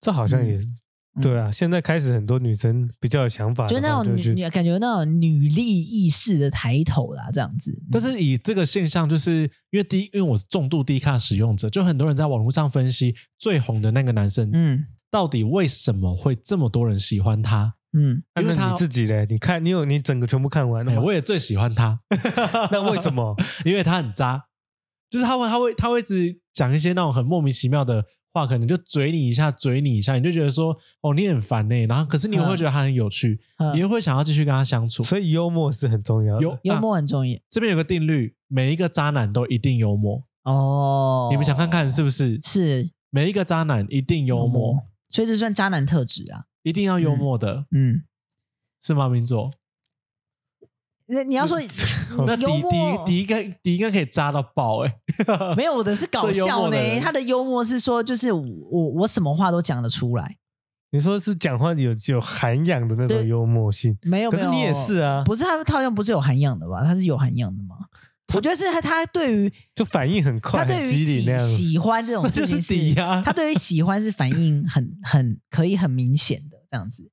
Speaker 1: 这好像也
Speaker 2: 嗯
Speaker 1: 对啊。现在开始很多女生比较有想
Speaker 3: 啊
Speaker 1: 法的
Speaker 2: 就
Speaker 1: 话，
Speaker 2: 那种
Speaker 1: 就
Speaker 2: 女
Speaker 1: 去
Speaker 2: 女感觉那种女力意识的抬头啦，这样子。
Speaker 3: 但是以这个现象，就是因为低，因为我重度低卡使用者，就很多人在网络上分析最红的那个男生，
Speaker 2: 嗯
Speaker 3: 到底为什么会这么多人喜欢他？
Speaker 2: 嗯，
Speaker 1: 那
Speaker 3: 因为
Speaker 1: 那
Speaker 3: 他
Speaker 1: 你自己嘞，你看你有你整个全部看完了
Speaker 3: 哎，
Speaker 1: 吗？
Speaker 3: 我也最喜欢他，
Speaker 1: 那为什么？
Speaker 3: 因为他很渣，就是他会他会他会一直讲一些那种很莫名其妙的话，可能就嘴你一下，嘴你一下，你就觉得说哦你很烦呢、然后可是你又会觉得他很有趣，
Speaker 2: 嗯
Speaker 3: 你又会想要继续跟他相处。
Speaker 1: 所以幽默是很重要的。
Speaker 3: 有
Speaker 2: 幽
Speaker 3: 啊
Speaker 2: 默很重要
Speaker 3: 这边有个定律，每一个渣男都一定幽默，
Speaker 2: 哦。
Speaker 3: 你们想看看是不是？
Speaker 2: 是
Speaker 3: 每一个渣男一定幽默，，
Speaker 2: 所以这算渣男特质啊。
Speaker 3: 一定要幽默的，
Speaker 2: 嗯，
Speaker 3: 是吗？明佐，
Speaker 2: 那你要说
Speaker 3: 那
Speaker 2: 那
Speaker 3: 迪迪迪应该迪应该可以渣到爆 哎、
Speaker 2: 没有，我的是搞
Speaker 3: 最幽
Speaker 2: 笑
Speaker 3: 默的
Speaker 2: 呢。
Speaker 3: 人
Speaker 2: 他的幽默是说，就是我我我什么话都讲得出来，
Speaker 1: 你说是讲话有有涵养的那种
Speaker 2: 对
Speaker 1: 幽默性，
Speaker 2: 没有
Speaker 1: 可
Speaker 2: 没
Speaker 1: 是
Speaker 2: 有，
Speaker 1: 你也是啊，
Speaker 2: 不是他他好像不是有涵养的吧？他是有涵养的吗？我觉得是他他对于
Speaker 1: 就反应很快，
Speaker 2: 他
Speaker 1: 很
Speaker 2: 对于
Speaker 1: 机灵那
Speaker 2: 喜
Speaker 1: 样。
Speaker 2: 喜欢这 种事情
Speaker 3: 那就是抵押
Speaker 2: 他对于喜欢是反应很 很可以很明显的这样子。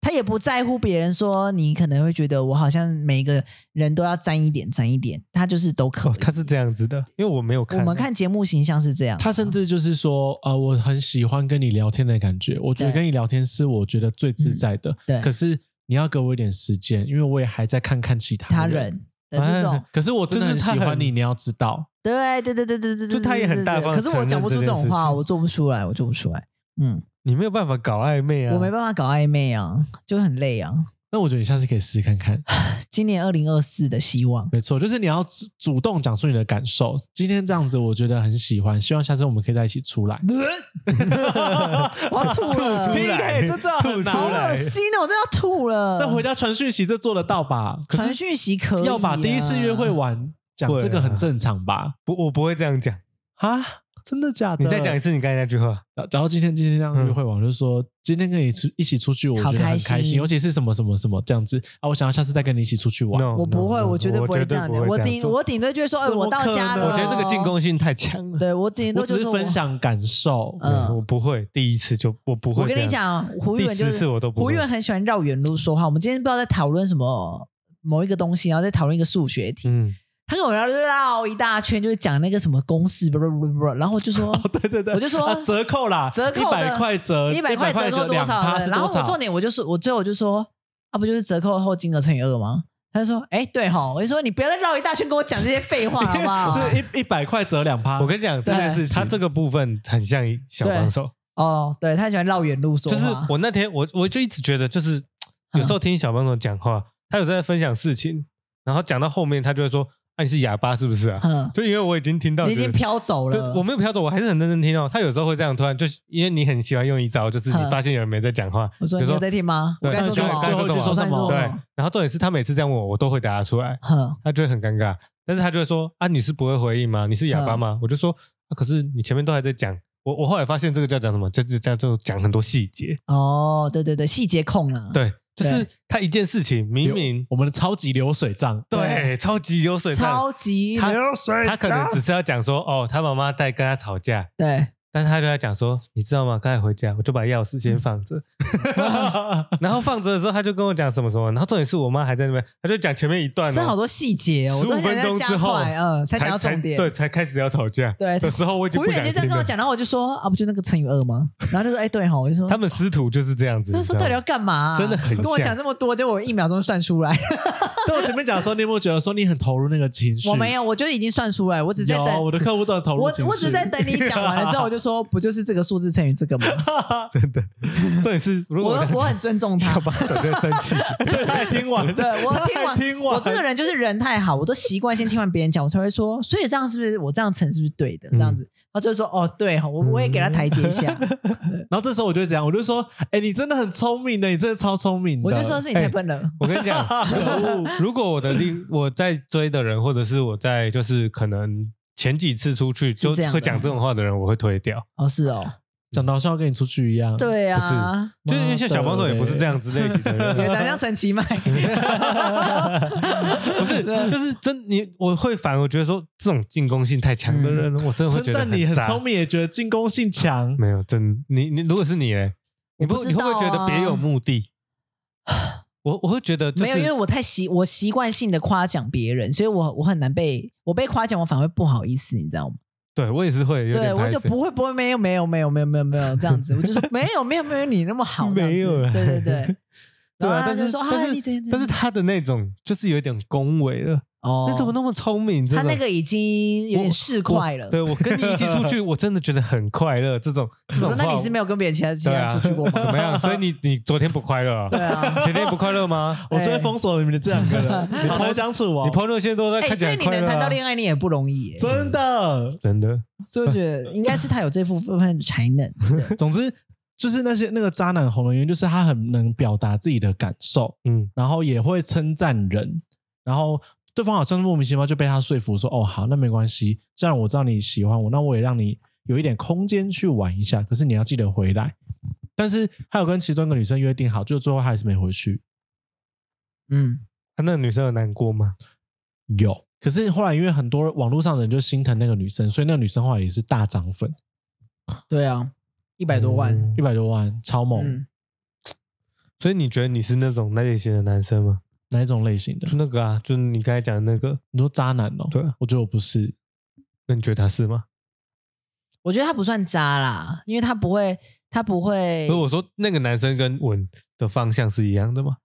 Speaker 2: 他也不在乎别人说你可能会觉得我好像每个人都要沾一点沾一点，他就是都可以。
Speaker 1: 哦，他是这样子的，因为我没有看。啊
Speaker 2: 我们看节目形象是这样，
Speaker 3: 他甚至就是说，呃，我很喜欢跟你聊天的感觉，我觉得
Speaker 2: 对嗯
Speaker 3: 跟你聊天是我觉得最自在的。
Speaker 2: 对
Speaker 3: 可是你要给我一点时间，因为我也还在看看其他
Speaker 2: 他
Speaker 3: 人。
Speaker 2: 人的这种
Speaker 1: 哎
Speaker 3: 可是我真
Speaker 1: 就是
Speaker 3: 的很
Speaker 1: 他
Speaker 3: 喜欢
Speaker 1: 很
Speaker 3: 你，你要知道，
Speaker 2: 对对对对对对对，
Speaker 1: 哎就他也很大方
Speaker 2: 对对对对可是我讲不出这种话，
Speaker 1: 承认这件事情
Speaker 2: 我做不出来，我做不出来。嗯，
Speaker 1: 你没有办法搞暧昧啊，
Speaker 2: 我没办法搞暧昧啊，就很累啊。
Speaker 3: 那我觉得你下次可以试试 看看。
Speaker 2: 今年二零二四的希望，
Speaker 3: 没错，就是你要主主动讲述你的感受。今天这样子，我觉得很喜欢，希望下次我们可以在一起 出来。
Speaker 2: 我要吐了，
Speaker 1: 出来
Speaker 3: 屁嘞这真的很难
Speaker 2: 好恶心哦，我真的要吐了。
Speaker 3: 那回家传讯息，这做得到吧？可
Speaker 2: 传
Speaker 3: 是
Speaker 2: 讯息可以、啊
Speaker 3: 要把第一次约会，完讲
Speaker 1: 对啊
Speaker 3: 这个很正常吧？
Speaker 1: 不，我不会这样讲。
Speaker 3: 啊，真的假
Speaker 2: 呃
Speaker 3: 的？
Speaker 1: 你再讲一次你刚才那句话，
Speaker 3: 然然后今天今天这样
Speaker 1: 嗯
Speaker 3: 约会完，我就说今天跟你出一起出去，我觉得
Speaker 2: 好开
Speaker 3: 很
Speaker 2: 心
Speaker 3: 开心，尤其是什么什么什么这样子啊，我想要下次再跟你一起出去玩。
Speaker 1: No，
Speaker 2: 我不会，
Speaker 1: no，no，
Speaker 2: 我绝对不会这样的。我
Speaker 1: 我
Speaker 2: 顶
Speaker 1: 做
Speaker 2: 我顶多就是说，哎，
Speaker 3: 怎么
Speaker 2: 我到家
Speaker 3: 可
Speaker 2: 了。
Speaker 3: 能
Speaker 1: 我觉得这个进，攻性太强了。
Speaker 2: 对我顶多
Speaker 3: 我只
Speaker 2: 就是说
Speaker 3: 分。享感受，
Speaker 2: 嗯
Speaker 1: 对我不会，第一次就我不会。
Speaker 2: 我跟你，讲，胡玉文就
Speaker 1: 第四次
Speaker 2: 是
Speaker 1: 我都不会
Speaker 2: 胡玉文很喜欢绕远路说话。我们今天不知道在讨论什么某一个东西，然后在讨论一个数学题，
Speaker 1: 嗯，
Speaker 2: 他跟我要绕一大圈，就是讲那个什么公式，不不不不，然后我就 说
Speaker 3: 对对对，
Speaker 2: 我就说
Speaker 3: 啊折扣啦，
Speaker 2: 折扣
Speaker 3: 一
Speaker 2: 的
Speaker 3: 百块
Speaker 1: 呃
Speaker 3: 折，
Speaker 2: 一百
Speaker 3: 100
Speaker 2: 块折扣
Speaker 3: 的
Speaker 2: 多
Speaker 3: 两
Speaker 2: 少
Speaker 3: 趴
Speaker 2: 的？
Speaker 3: 是
Speaker 2: 然后我
Speaker 3: 少
Speaker 2: 重点我就是我最后我就说啊，不就是折扣后金额乘以二吗？他就说哎、对哈，我就说你不要再绕一大圈跟我讲这些废话好 不好？
Speaker 3: 就是一一百块折两趴。
Speaker 1: 我跟你讲
Speaker 2: 对
Speaker 1: 这件事情，他这个部分很像小帮手，
Speaker 2: 哦，对他喜欢绕远路说
Speaker 1: 就
Speaker 2: 话，
Speaker 1: 是我那天我我就一直觉得，就是有时候听小帮手讲 话，他有时候在分享事情，然后讲到后面他就会说：“啊，你是哑巴是不是啊
Speaker 2: 嗯？”，
Speaker 1: 就因为我已经听到，
Speaker 2: 你已经飘走
Speaker 1: 对
Speaker 2: 了，，
Speaker 1: 我没有飘走，我还是很认真听哦。他有时候会这样，突然就是因为你很喜欢用一招，就是你
Speaker 2: 嗯
Speaker 1: 发现有人没在讲话，
Speaker 2: 我说
Speaker 1: 比
Speaker 2: 你
Speaker 1: 如
Speaker 2: 有在听吗？我
Speaker 1: 对
Speaker 2: 该说什么？
Speaker 1: 最后一句
Speaker 2: 我
Speaker 1: 说
Speaker 2: 该
Speaker 3: 什么
Speaker 2: 说
Speaker 1: 对
Speaker 2: 什么？，
Speaker 1: 然后重点是他每次这样问我，我都会答得出来，
Speaker 2: 哼，
Speaker 1: 他就会很尴尬。但是他就会说：“啊，你是不会回应吗？你是哑
Speaker 2: 嗯
Speaker 1: 巴吗？”我就说、啊可是你前面都还在讲。”我我后来发现这个叫讲什么，就就叫就讲很多细节。
Speaker 2: 哦，对对对，细节控啊，
Speaker 1: 对，就是
Speaker 2: 对
Speaker 1: 他一件事情明明
Speaker 3: 我们的超级流 水账，
Speaker 1: 对超级有水分，
Speaker 2: 超级
Speaker 1: 他
Speaker 3: 水
Speaker 1: 他可能只是要讲说：“哦，他妈妈在跟他吵架。”
Speaker 2: 对，
Speaker 1: 但是他就在讲说，你知道吗？刚才回家我就把钥匙
Speaker 2: 嗯
Speaker 1: 先放着，然后放着的时候他就跟我讲什么什么，然后重点是我妈还在那边，他就讲前面一段、哦，
Speaker 2: 真好多细节哦，我
Speaker 1: 十五
Speaker 2: 都很想
Speaker 1: 分
Speaker 2: 再
Speaker 1: 钟
Speaker 2: 加
Speaker 1: 之后，
Speaker 2: 快嗯，才讲到重点，
Speaker 1: 对，才开始要吵架，
Speaker 2: 对
Speaker 1: 的时候我已经
Speaker 2: 胡
Speaker 1: 不
Speaker 2: 远
Speaker 1: 想
Speaker 2: 就
Speaker 1: 听
Speaker 2: 这样跟我
Speaker 1: 了。
Speaker 2: 讲，然后我就说啊，不就那个乘以二吗？然后他就说哎、对哈，我就说
Speaker 1: 他们师徒就是这样子，
Speaker 2: 那
Speaker 1: 你知
Speaker 2: 说
Speaker 1: 道
Speaker 2: 到底要
Speaker 1: 吗
Speaker 2: 干嘛啊、
Speaker 1: 真的很像
Speaker 2: 跟我讲这么多，就我一秒钟就算出来。
Speaker 3: 但我前面讲的时候，你有没有觉得说你很投入那个情绪？
Speaker 2: 我没有，我就已经算出来，我只在
Speaker 3: 有，啊
Speaker 2: 等
Speaker 3: 我的客户都很投入
Speaker 2: 我
Speaker 3: 情绪。
Speaker 2: 我只在 等你讲完了之后，我就说不就是这个数字乘以这个吗？
Speaker 1: 真的。重点是，如
Speaker 2: 我
Speaker 1: 果
Speaker 2: 我很尊重 他
Speaker 1: 小。帮手就会生气，
Speaker 3: 对听完，
Speaker 2: 对我听
Speaker 3: 他还
Speaker 2: 完，
Speaker 3: 听完，
Speaker 2: 我这个人就是人太好，我都习惯先听完别人讲，我才会说，所以这样是不是我这样乘是不是对的？这样子，他就会说哦对哈，我我也给他台阶一下，
Speaker 3: 然后这时候我就会怎样？我就说，哎，你真的很聪明的，你真的超聪明的。
Speaker 2: 我就说是你太笨了，
Speaker 1: 我跟你 讲，如果我的另我在追的人，或者是我在就是可能前几次出去就是
Speaker 2: 这样的
Speaker 1: 会讲这种话的人，我会推掉。
Speaker 2: 哦是哦，
Speaker 3: 讲的好像要跟你出去一样。
Speaker 2: 对
Speaker 1: 不
Speaker 2: 啊
Speaker 1: 是，就是因为像小帮手也不是这样子类型的人
Speaker 2: 有
Speaker 1: 啊，
Speaker 2: 点像陈其迈，
Speaker 1: 不是，就是真你我会反而觉得说这种进攻性太强的
Speaker 2: 嗯
Speaker 1: 人，我真的会
Speaker 3: 称
Speaker 1: 觉得嗯
Speaker 3: 赞你很
Speaker 1: 渣
Speaker 3: 聪。明，也觉得进攻性 强。
Speaker 1: 没有真你你如果是你嘞，你不
Speaker 2: 我不
Speaker 1: 你
Speaker 2: 知
Speaker 1: 会
Speaker 2: 道啊
Speaker 1: 不会觉得别有目的？我我会觉得就
Speaker 2: 没有，因为
Speaker 1: 是
Speaker 2: 我太习我习惯性的夸奖别人，所以我我很难被我被夸奖，我反而会不好意思，你知道吗？
Speaker 1: 对我也是会有
Speaker 2: 对
Speaker 1: 点
Speaker 2: 我
Speaker 1: 排
Speaker 2: 就
Speaker 1: 斥。
Speaker 2: 不会不会没有没有没有没有没有没有这样子，我 就说没有没有没有你那么好，这样子
Speaker 1: 没有啦
Speaker 2: 对对对，
Speaker 1: 对啊，
Speaker 2: 然后他
Speaker 1: 但
Speaker 2: 就是说啊
Speaker 1: 但
Speaker 2: 你怎
Speaker 1: 是
Speaker 2: 样
Speaker 1: 但是他的那种就是有一点恭维了，
Speaker 2: 哦，
Speaker 1: 你怎么那么聪明？
Speaker 2: 他
Speaker 1: 这种
Speaker 2: 那个已经有点市侩
Speaker 1: 我
Speaker 2: 了。
Speaker 1: 对我跟你一起出 去，我真的觉得很快乐。这种这
Speaker 2: 我
Speaker 1: 种
Speaker 2: 说
Speaker 1: 话，
Speaker 2: 那你是没有跟别人其他其
Speaker 1: 对
Speaker 2: 他
Speaker 1: 啊
Speaker 2: 出去过
Speaker 1: 怎
Speaker 2: 吗？
Speaker 1: 么样？所以你你昨天不快乐啊？
Speaker 2: 对啊，
Speaker 1: 前天不快乐吗？
Speaker 3: 我就会
Speaker 2: 哎
Speaker 3: 封锁你们的这两个人，好难相处
Speaker 1: 你
Speaker 3: 哦。
Speaker 1: 朋友现在都在
Speaker 2: 哎，
Speaker 1: 看起
Speaker 2: 所
Speaker 1: 来
Speaker 2: 以
Speaker 1: 很
Speaker 2: 你
Speaker 1: 快
Speaker 2: 能
Speaker 1: 乐啊
Speaker 2: 谈到恋爱，你也不容易耶，
Speaker 3: 真的，
Speaker 1: 真的，
Speaker 2: 所以我觉得应该是他有这部分的才能。
Speaker 3: 总之就是那些那个渣男红的原因，就是他很能表达自己的感受，
Speaker 1: 嗯，
Speaker 3: 然后也会称赞人，然后对方好像莫名其妙就被他说服说，哦，好，那没关系，既然我知道你喜欢我，那我也让你有一点空间去玩一下，可是你要记得回来。但是他有跟其中一个女生约定好，就最后他还是没回去。
Speaker 2: 嗯，
Speaker 1: 啊那个女生有难过吗？
Speaker 3: 有，可是后来因为很多网络上的人就心疼那个女生，所以那个女生后来也是大涨粉，
Speaker 2: 对啊，一百多万，
Speaker 1: 嗯
Speaker 3: 一百多万，超猛。
Speaker 2: 嗯，
Speaker 1: 所以你觉得你是那种那类型的男生吗？
Speaker 3: 哪一种类型的
Speaker 1: 就？那个啊，就是你刚才讲的那个，
Speaker 3: 你说渣男哦？
Speaker 1: 对啊，
Speaker 3: 我觉得我不是，
Speaker 1: 那你觉得他是吗？
Speaker 2: 我觉得他不算渣啦，因为他不会，他不会
Speaker 1: 所以我说那个男生跟吻的方向是一样的吗？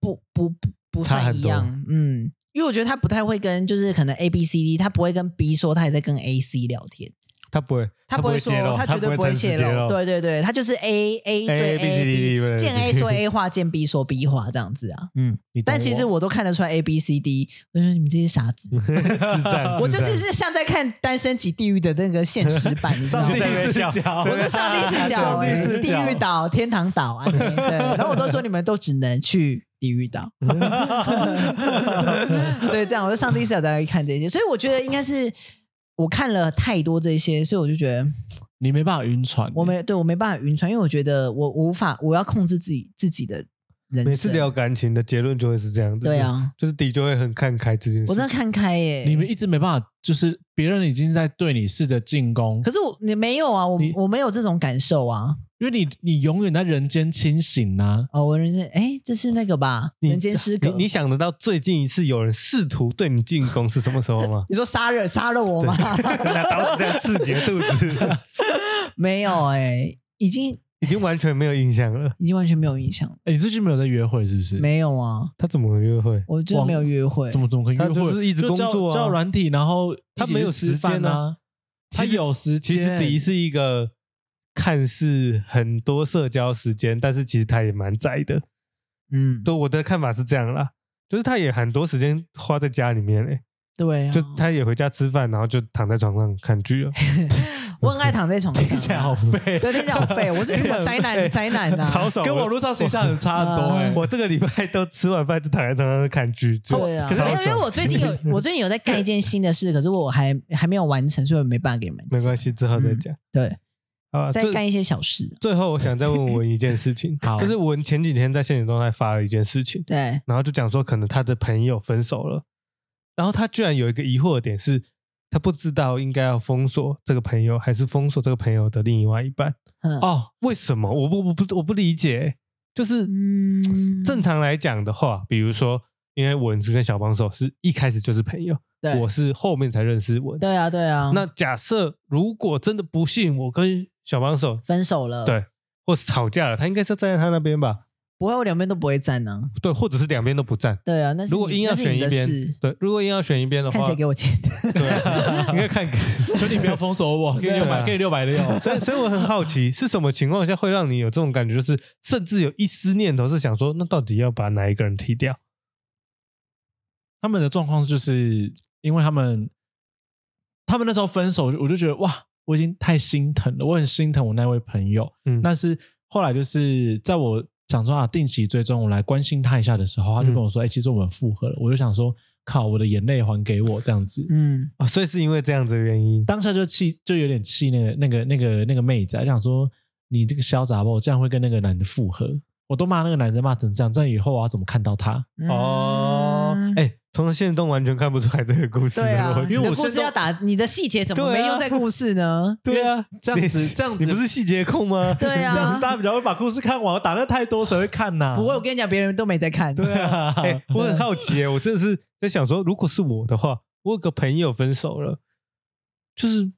Speaker 2: 不不不不
Speaker 1: 差
Speaker 2: 算
Speaker 1: 很
Speaker 2: 一
Speaker 1: 多
Speaker 2: 样，嗯，因为我觉得他不太会跟，就是可能 A B C D，他不会跟 B 说他也在跟 A C 聊天，
Speaker 1: 他不会，
Speaker 2: 他不会说
Speaker 1: 揭露，，
Speaker 2: 他绝对
Speaker 1: 不
Speaker 2: 会
Speaker 1: 诚实
Speaker 2: 泄
Speaker 1: 揭
Speaker 2: 露。对对对，他就是 A A 对
Speaker 1: A B C D
Speaker 2: A
Speaker 1: E，
Speaker 2: B，见 A
Speaker 1: 对
Speaker 2: 说 A 话，见 B 说 B 话，这样子啊。
Speaker 3: 嗯，你懂
Speaker 2: 但其实
Speaker 3: 我
Speaker 2: 我都看得出来 A B C D，我就说你们这些傻 子，
Speaker 1: 自赞，
Speaker 2: 我
Speaker 1: 自
Speaker 2: 就是
Speaker 1: 赞
Speaker 2: 是像在看《单身即地狱》的那个现实 版，你知道
Speaker 3: 上
Speaker 2: 吗
Speaker 1: 就？在那边
Speaker 3: 帝视
Speaker 1: 笑
Speaker 3: 角，
Speaker 1: 对
Speaker 2: 我是上帝 视角、
Speaker 1: 上
Speaker 2: 欸，
Speaker 1: 帝视角
Speaker 2: 地狱岛、天堂岛啊，对。然后我都说你们都只能去地 狱岛，对，这样我就上帝视角在看这些，所以我觉得应该是我看了太多这些，所以我就觉得
Speaker 3: 你没办法晕船，欸
Speaker 2: 我
Speaker 1: 嗯
Speaker 2: 没对我没办法晕船，因为我觉得我无法，我要控制自己自己的人生。
Speaker 1: 每次聊感情的结论就会是这样子。
Speaker 2: 对啊，
Speaker 1: 就是底就会很看开这件事。
Speaker 2: 我真的看开耶、
Speaker 3: 你们一直没办法，就是别人已经在对你试着进攻，
Speaker 2: 可是我你没有啊，我
Speaker 3: 你
Speaker 2: 我没有这种感受啊。
Speaker 3: 因为你你永远在人间清醒啊呐、
Speaker 2: 哦，我人生哎，这是那个吧？
Speaker 1: 你
Speaker 2: 人间失格。
Speaker 1: 你你想得到最近一次有人试图对你进攻是什么时候吗
Speaker 2: ？你说杀人杀了我吗？
Speaker 1: 拿刀子这样刺你的肚子，
Speaker 2: 没有哎、已经
Speaker 1: 已经完全没有印象了。
Speaker 2: 已经完全没有印象了，
Speaker 3: 哎，你最近没有在约会是不是？，
Speaker 2: 没有啊，
Speaker 1: 他怎么约会？
Speaker 2: 我真的没有约会。
Speaker 3: 怎么怎么可以约会？
Speaker 1: 他就是一直工作啊
Speaker 3: 叫软体，然后
Speaker 1: 他没有时
Speaker 3: 吃饭
Speaker 1: 间
Speaker 3: 啊
Speaker 1: 啊，
Speaker 3: 他
Speaker 1: 其实
Speaker 3: 有时间。
Speaker 1: 其实迪是一个看似很多社交时间，但是其实他也蛮宅的。
Speaker 2: 嗯，
Speaker 1: 对，我的看法是这样啦，就是他也很多时间花在家里面、欸，
Speaker 2: 对、啊，
Speaker 1: 就他也回家吃饭，然后就躺在床上看剧了，
Speaker 2: 我很爱躺在 床上、啊，
Speaker 3: 听起来好废，
Speaker 2: 对，听起来好废。啊我是什么宅男？宅男啊，
Speaker 1: 超爽。
Speaker 3: 跟网络上形象很差很多哎、
Speaker 2: 嗯
Speaker 1: 我这个礼拜都吃完饭就躺在床上看剧，就
Speaker 2: 对啊，
Speaker 1: 可是
Speaker 2: 没有，因为我最近 有，我最近有在干一件新的事，可是我还还没有完成，所以我没办法给你们。
Speaker 1: 没关系，之后再讲。
Speaker 2: 对，
Speaker 1: 好啊，
Speaker 2: 在
Speaker 1: 最
Speaker 2: 干一些小事。
Speaker 1: 最后我想再问文一件事情
Speaker 3: 好，
Speaker 1: 就是文前几天在现实动态发了一件事情，
Speaker 2: 对，
Speaker 1: 然后就讲说可能他的朋友分手了，然后他居然有一个疑惑的点是，他不知道应该要封锁这个朋友，还是封锁这个朋友的另外一半。
Speaker 2: 嗯，
Speaker 3: 哦，
Speaker 1: 为什么？我不我不我不理解，欸就是
Speaker 2: 嗯
Speaker 1: 正常来讲的话，比如说，因为蚊子跟小帮手是一开始就是朋友，
Speaker 2: 对
Speaker 1: 我是后面才认识蚊。
Speaker 2: 对啊，对啊，
Speaker 1: 那假设如果真的不幸我跟小帮手
Speaker 2: 分手了，
Speaker 1: 对，或是吵架了，他应该是站在他那边吧？
Speaker 2: 不会，我两边都不会站呢、
Speaker 1: 对，或者是两边都不站。
Speaker 2: 对啊，那是
Speaker 1: 如果
Speaker 2: 你
Speaker 1: 硬要
Speaker 2: 那是
Speaker 1: 选
Speaker 2: 你
Speaker 1: 一
Speaker 2: 的
Speaker 1: 边
Speaker 2: 事，
Speaker 1: 对，如果硬要选一边的话，
Speaker 2: 看谁给我钱。
Speaker 1: 对啊，应该看 给。
Speaker 3: 求你不要封锁我，给你六
Speaker 1: 对
Speaker 3: 百，
Speaker 1: 啊
Speaker 3: 给你六百六。
Speaker 1: 所以，所以我很好奇，是什么情况下会让你有这种感觉，就是甚至有一丝念头是想说，那到底要把哪一个人踢掉？
Speaker 3: 他们的状况就是因为他们，他们那时候分手，我就觉得哇，我已经太心疼了，我很心疼我那位朋友。
Speaker 1: 嗯，
Speaker 3: 但是后来就是在我想说啊，定期追踪我来关心他一下的时候，他
Speaker 1: 嗯
Speaker 3: 就跟我说：“哎、其实我们复合了。”我就想说，靠，我的眼泪还给我这样子。
Speaker 2: 嗯，
Speaker 1: 哦，所以是因为这样子的原因，
Speaker 3: 当下就气，就有点气那个那个那个那个妹子，想说你这个潇洒吧，我这样会跟那个男的复合，我都骂那个男的骂成这样，这样以后啊我要怎么看到他？
Speaker 2: 嗯
Speaker 1: 哦，哎、从现动完全看不出来这个故事的
Speaker 2: 对啊，
Speaker 1: 逻辑。
Speaker 3: 因
Speaker 2: 你
Speaker 3: 为我
Speaker 2: 的故
Speaker 3: 现
Speaker 2: 事
Speaker 3: 在
Speaker 2: 要打你的细节怎么没
Speaker 1: 对啊
Speaker 2: 用在故事呢？
Speaker 1: 对啊，
Speaker 3: 这样子
Speaker 1: 你
Speaker 3: 这样子
Speaker 1: 你不是细节控吗？
Speaker 2: 对
Speaker 3: 这样
Speaker 2: 啊
Speaker 3: 子，大家比较会把故事看完，我打那太多谁会看呐、
Speaker 2: 不会， 我跟你讲，别人都没在看。
Speaker 1: 对 啊， 哎、我
Speaker 3: 嗯
Speaker 1: 很好奇、耶，我真的是在想说，如果是我的话，我有个朋友分手了，就是，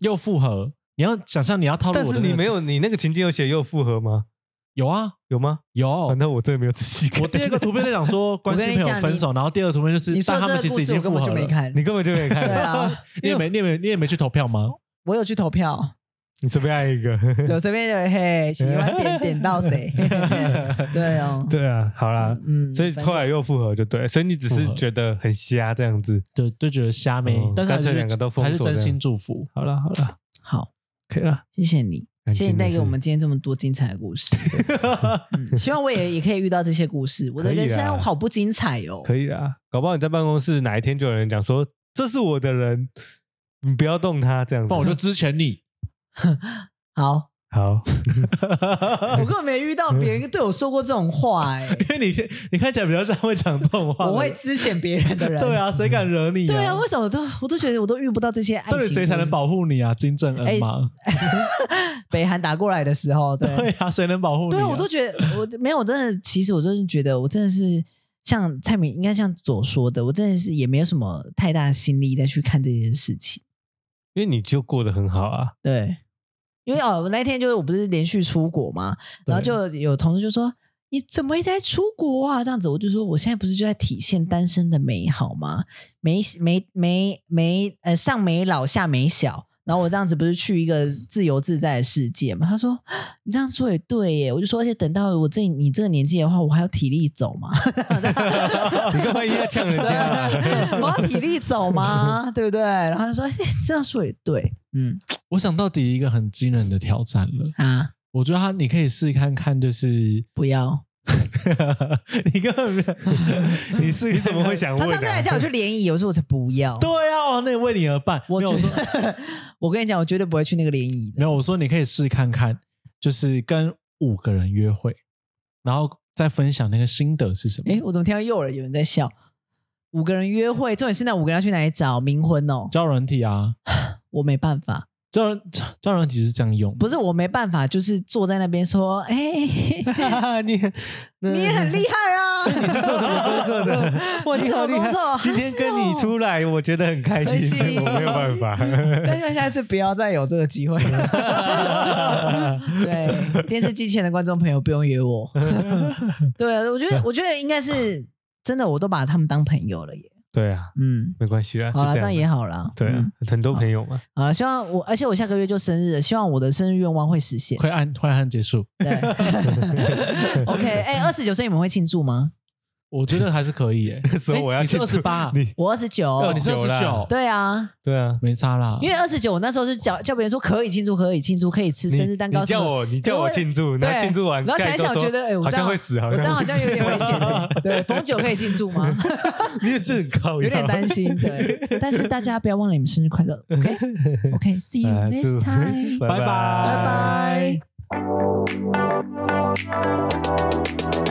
Speaker 3: 又复合。你要想象你要套路
Speaker 1: 但
Speaker 3: 我
Speaker 1: 是
Speaker 3: 的那个
Speaker 1: 你没有，你那个情境有写又复合吗？
Speaker 3: 有啊
Speaker 1: 有吗？
Speaker 3: 有。
Speaker 1: 啊，那我真的没有仔细看。
Speaker 3: 我第二个图片在讲说关系朋友分手，然后第二个图片就是
Speaker 2: 你说
Speaker 3: 但
Speaker 2: 这
Speaker 3: 他们
Speaker 2: 个
Speaker 3: 其
Speaker 2: 故
Speaker 3: 实已
Speaker 2: 事，
Speaker 3: 经
Speaker 2: 我根
Speaker 3: 复
Speaker 2: 本
Speaker 3: 合
Speaker 2: 就
Speaker 3: 了
Speaker 2: 没。看。
Speaker 1: 你根本就没看，
Speaker 2: 对啊，
Speaker 3: 你也没你也没你也没去投票吗？
Speaker 2: 我有去投 票，
Speaker 1: 你随便按一个。
Speaker 2: 对，随便的嘿，喜欢点点到谁， 对哦，
Speaker 1: 对啊，好啦，
Speaker 2: 嗯，
Speaker 1: 所以后来又复合就对，所以你只
Speaker 3: 复
Speaker 1: 是
Speaker 3: 合
Speaker 1: 觉得很瞎这样子。
Speaker 3: 对，就觉得虾妹
Speaker 1: 哦，
Speaker 3: 但是还
Speaker 1: 干脆
Speaker 3: 是
Speaker 1: 两个都封锁
Speaker 3: 还是真心祝福。
Speaker 1: 好了好了，
Speaker 2: 好，
Speaker 1: 可以了，
Speaker 2: 谢谢你，
Speaker 1: 感
Speaker 2: 谢谢你
Speaker 1: 情的
Speaker 2: 带给我
Speaker 1: 事
Speaker 2: 们今天这么多精彩的故 事，嗯希望我也也可以遇到这些故事，我的
Speaker 1: 可以
Speaker 2: 人
Speaker 1: 啊
Speaker 2: 生好不精彩哦，
Speaker 1: 可以啦。搞不好你在办公室哪一天就有人讲说这是我的人，你不要动他这样
Speaker 3: 不
Speaker 1: 子
Speaker 3: 然。我就支前你。
Speaker 2: 好，
Speaker 1: 好，
Speaker 2: 我根本没遇到别人对我说过这种话，哎，
Speaker 3: 因为你你看起来比较像会讲这种 话的人，
Speaker 2: 我会支遣别人的人，
Speaker 3: 对，啊，谁敢惹你？
Speaker 2: 对啊，为什么我都我都觉得我都遇不到这些爱
Speaker 3: 到
Speaker 2: 情故
Speaker 3: 底
Speaker 2: 事，
Speaker 3: 谁才能保护你啊？金正恩吗？
Speaker 2: 北韩打过来的时候，哎对
Speaker 3: 对啊，谁能保护你啊？
Speaker 2: 对，我都觉得我没有，我真的，其实我真的觉得，我真的是像蔡明，应该像左说的，我真的是也没有什么太大的心力再去看这件事情。
Speaker 1: 因为你就过得很好啊。
Speaker 2: 对，因为哦，我那天就是我不是连续出国嘛，
Speaker 3: 对
Speaker 2: 然后就有同事就说。你怎么一直在出国啊？这样子，我就说我现在不是就在体现单身的美好吗？没没没没呃，上没老下没小，然后我这样子不是去一个自由自在的世界嘛？他说你这样说也对耶，我就说，而且等到我这你这个年纪的话，我还有体力走吗？
Speaker 1: 你干嘛一定要呛人家 啊？
Speaker 2: 我要体力走吗？ 对不对？然后他说、哎这样说也对，嗯
Speaker 3: 我想到底一个很惊人的挑战了。
Speaker 2: 啊，
Speaker 3: 我觉得他你可以试看看，就是
Speaker 2: 不要。
Speaker 3: 你根本没有，你是
Speaker 1: 你怎么会？想
Speaker 2: 他
Speaker 1: 问
Speaker 2: 上次还
Speaker 1: 啊？
Speaker 2: 叫我去联谊，我说我才不要。
Speaker 3: 对啊，那为你而办。
Speaker 2: 我
Speaker 3: 没有我
Speaker 2: 觉
Speaker 3: 说
Speaker 2: 得，我跟你讲，我绝对不会去那个联谊的。
Speaker 3: 没有，我说你可以试看看，就是跟五个人约会，然后再分享那个心得是什么
Speaker 2: 诶，。我怎么听到幼儿有人在笑？五个人约会，重点是那五个人要去哪里找冥婚哦？
Speaker 3: 交友软体啊，
Speaker 2: 我没办法，
Speaker 3: 交友交友软体是这样用，
Speaker 2: 不是我没办法，就是坐在那边说，哎、
Speaker 1: 你
Speaker 2: 你
Speaker 1: 你
Speaker 2: 也很厉害
Speaker 1: 你是
Speaker 2: 啊，
Speaker 1: 做什么工作 的？哇，
Speaker 2: 你
Speaker 1: 你
Speaker 2: 什么
Speaker 1: 好厉害
Speaker 2: 工作！
Speaker 1: 今天跟你出来，我觉得很开
Speaker 2: 开
Speaker 1: 心，
Speaker 2: 心
Speaker 1: 我没有办法。
Speaker 2: 但愿下次不要再有这个机会 了。对，电视机前的观众朋友不用约我。对，啊我觉得，我觉得应该是真的，我都把他们当朋友了耶。
Speaker 1: 对啊，
Speaker 2: 嗯，
Speaker 1: 没关系啦，
Speaker 2: 好了，
Speaker 1: 就
Speaker 2: 这
Speaker 1: 这
Speaker 2: 样也好了。
Speaker 1: 对啊
Speaker 2: 嗯，，
Speaker 1: 很多朋友嘛。
Speaker 2: 好了，希望我，而且我下个月就生日了，希望我的生日愿望会 实现。
Speaker 3: 快按快按结束，
Speaker 2: 对，OK，哎、二十九岁你们会庆祝吗？
Speaker 3: 我觉得还是 可以耶。
Speaker 1: 所以我要
Speaker 3: 诶你是
Speaker 1: 庆
Speaker 3: 二
Speaker 1: 祝
Speaker 3: 十八，
Speaker 1: 你
Speaker 2: 我二十九，
Speaker 3: 哦你是二十九，
Speaker 2: 对啊，
Speaker 1: 对啊，
Speaker 3: 没差啦。
Speaker 2: 因为二十九，我那时候就叫叫别人说可以庆祝，可以庆祝，可以吃
Speaker 1: 你
Speaker 2: 生日蛋糕
Speaker 1: 你
Speaker 2: 什
Speaker 1: 叫
Speaker 2: 么的。
Speaker 1: 我，你叫我庆祝，然后庆祝完，
Speaker 2: 然后想一想，
Speaker 1: 下一周说
Speaker 2: 觉得哎，我
Speaker 1: 好
Speaker 2: 这样
Speaker 1: 像会死，好
Speaker 2: 我这样
Speaker 1: 像
Speaker 2: 好
Speaker 1: 会
Speaker 2: 像有点危险。 对，逢九可以庆祝 吗？
Speaker 1: 你也真的很高，
Speaker 2: 有点担 心。对，但是大家不要忘了你们生日快乐。OK，OK，See you
Speaker 1: 啊。
Speaker 2: next
Speaker 1: 祝
Speaker 2: time。
Speaker 1: 拜
Speaker 3: 拜
Speaker 1: 拜
Speaker 2: 拜拜。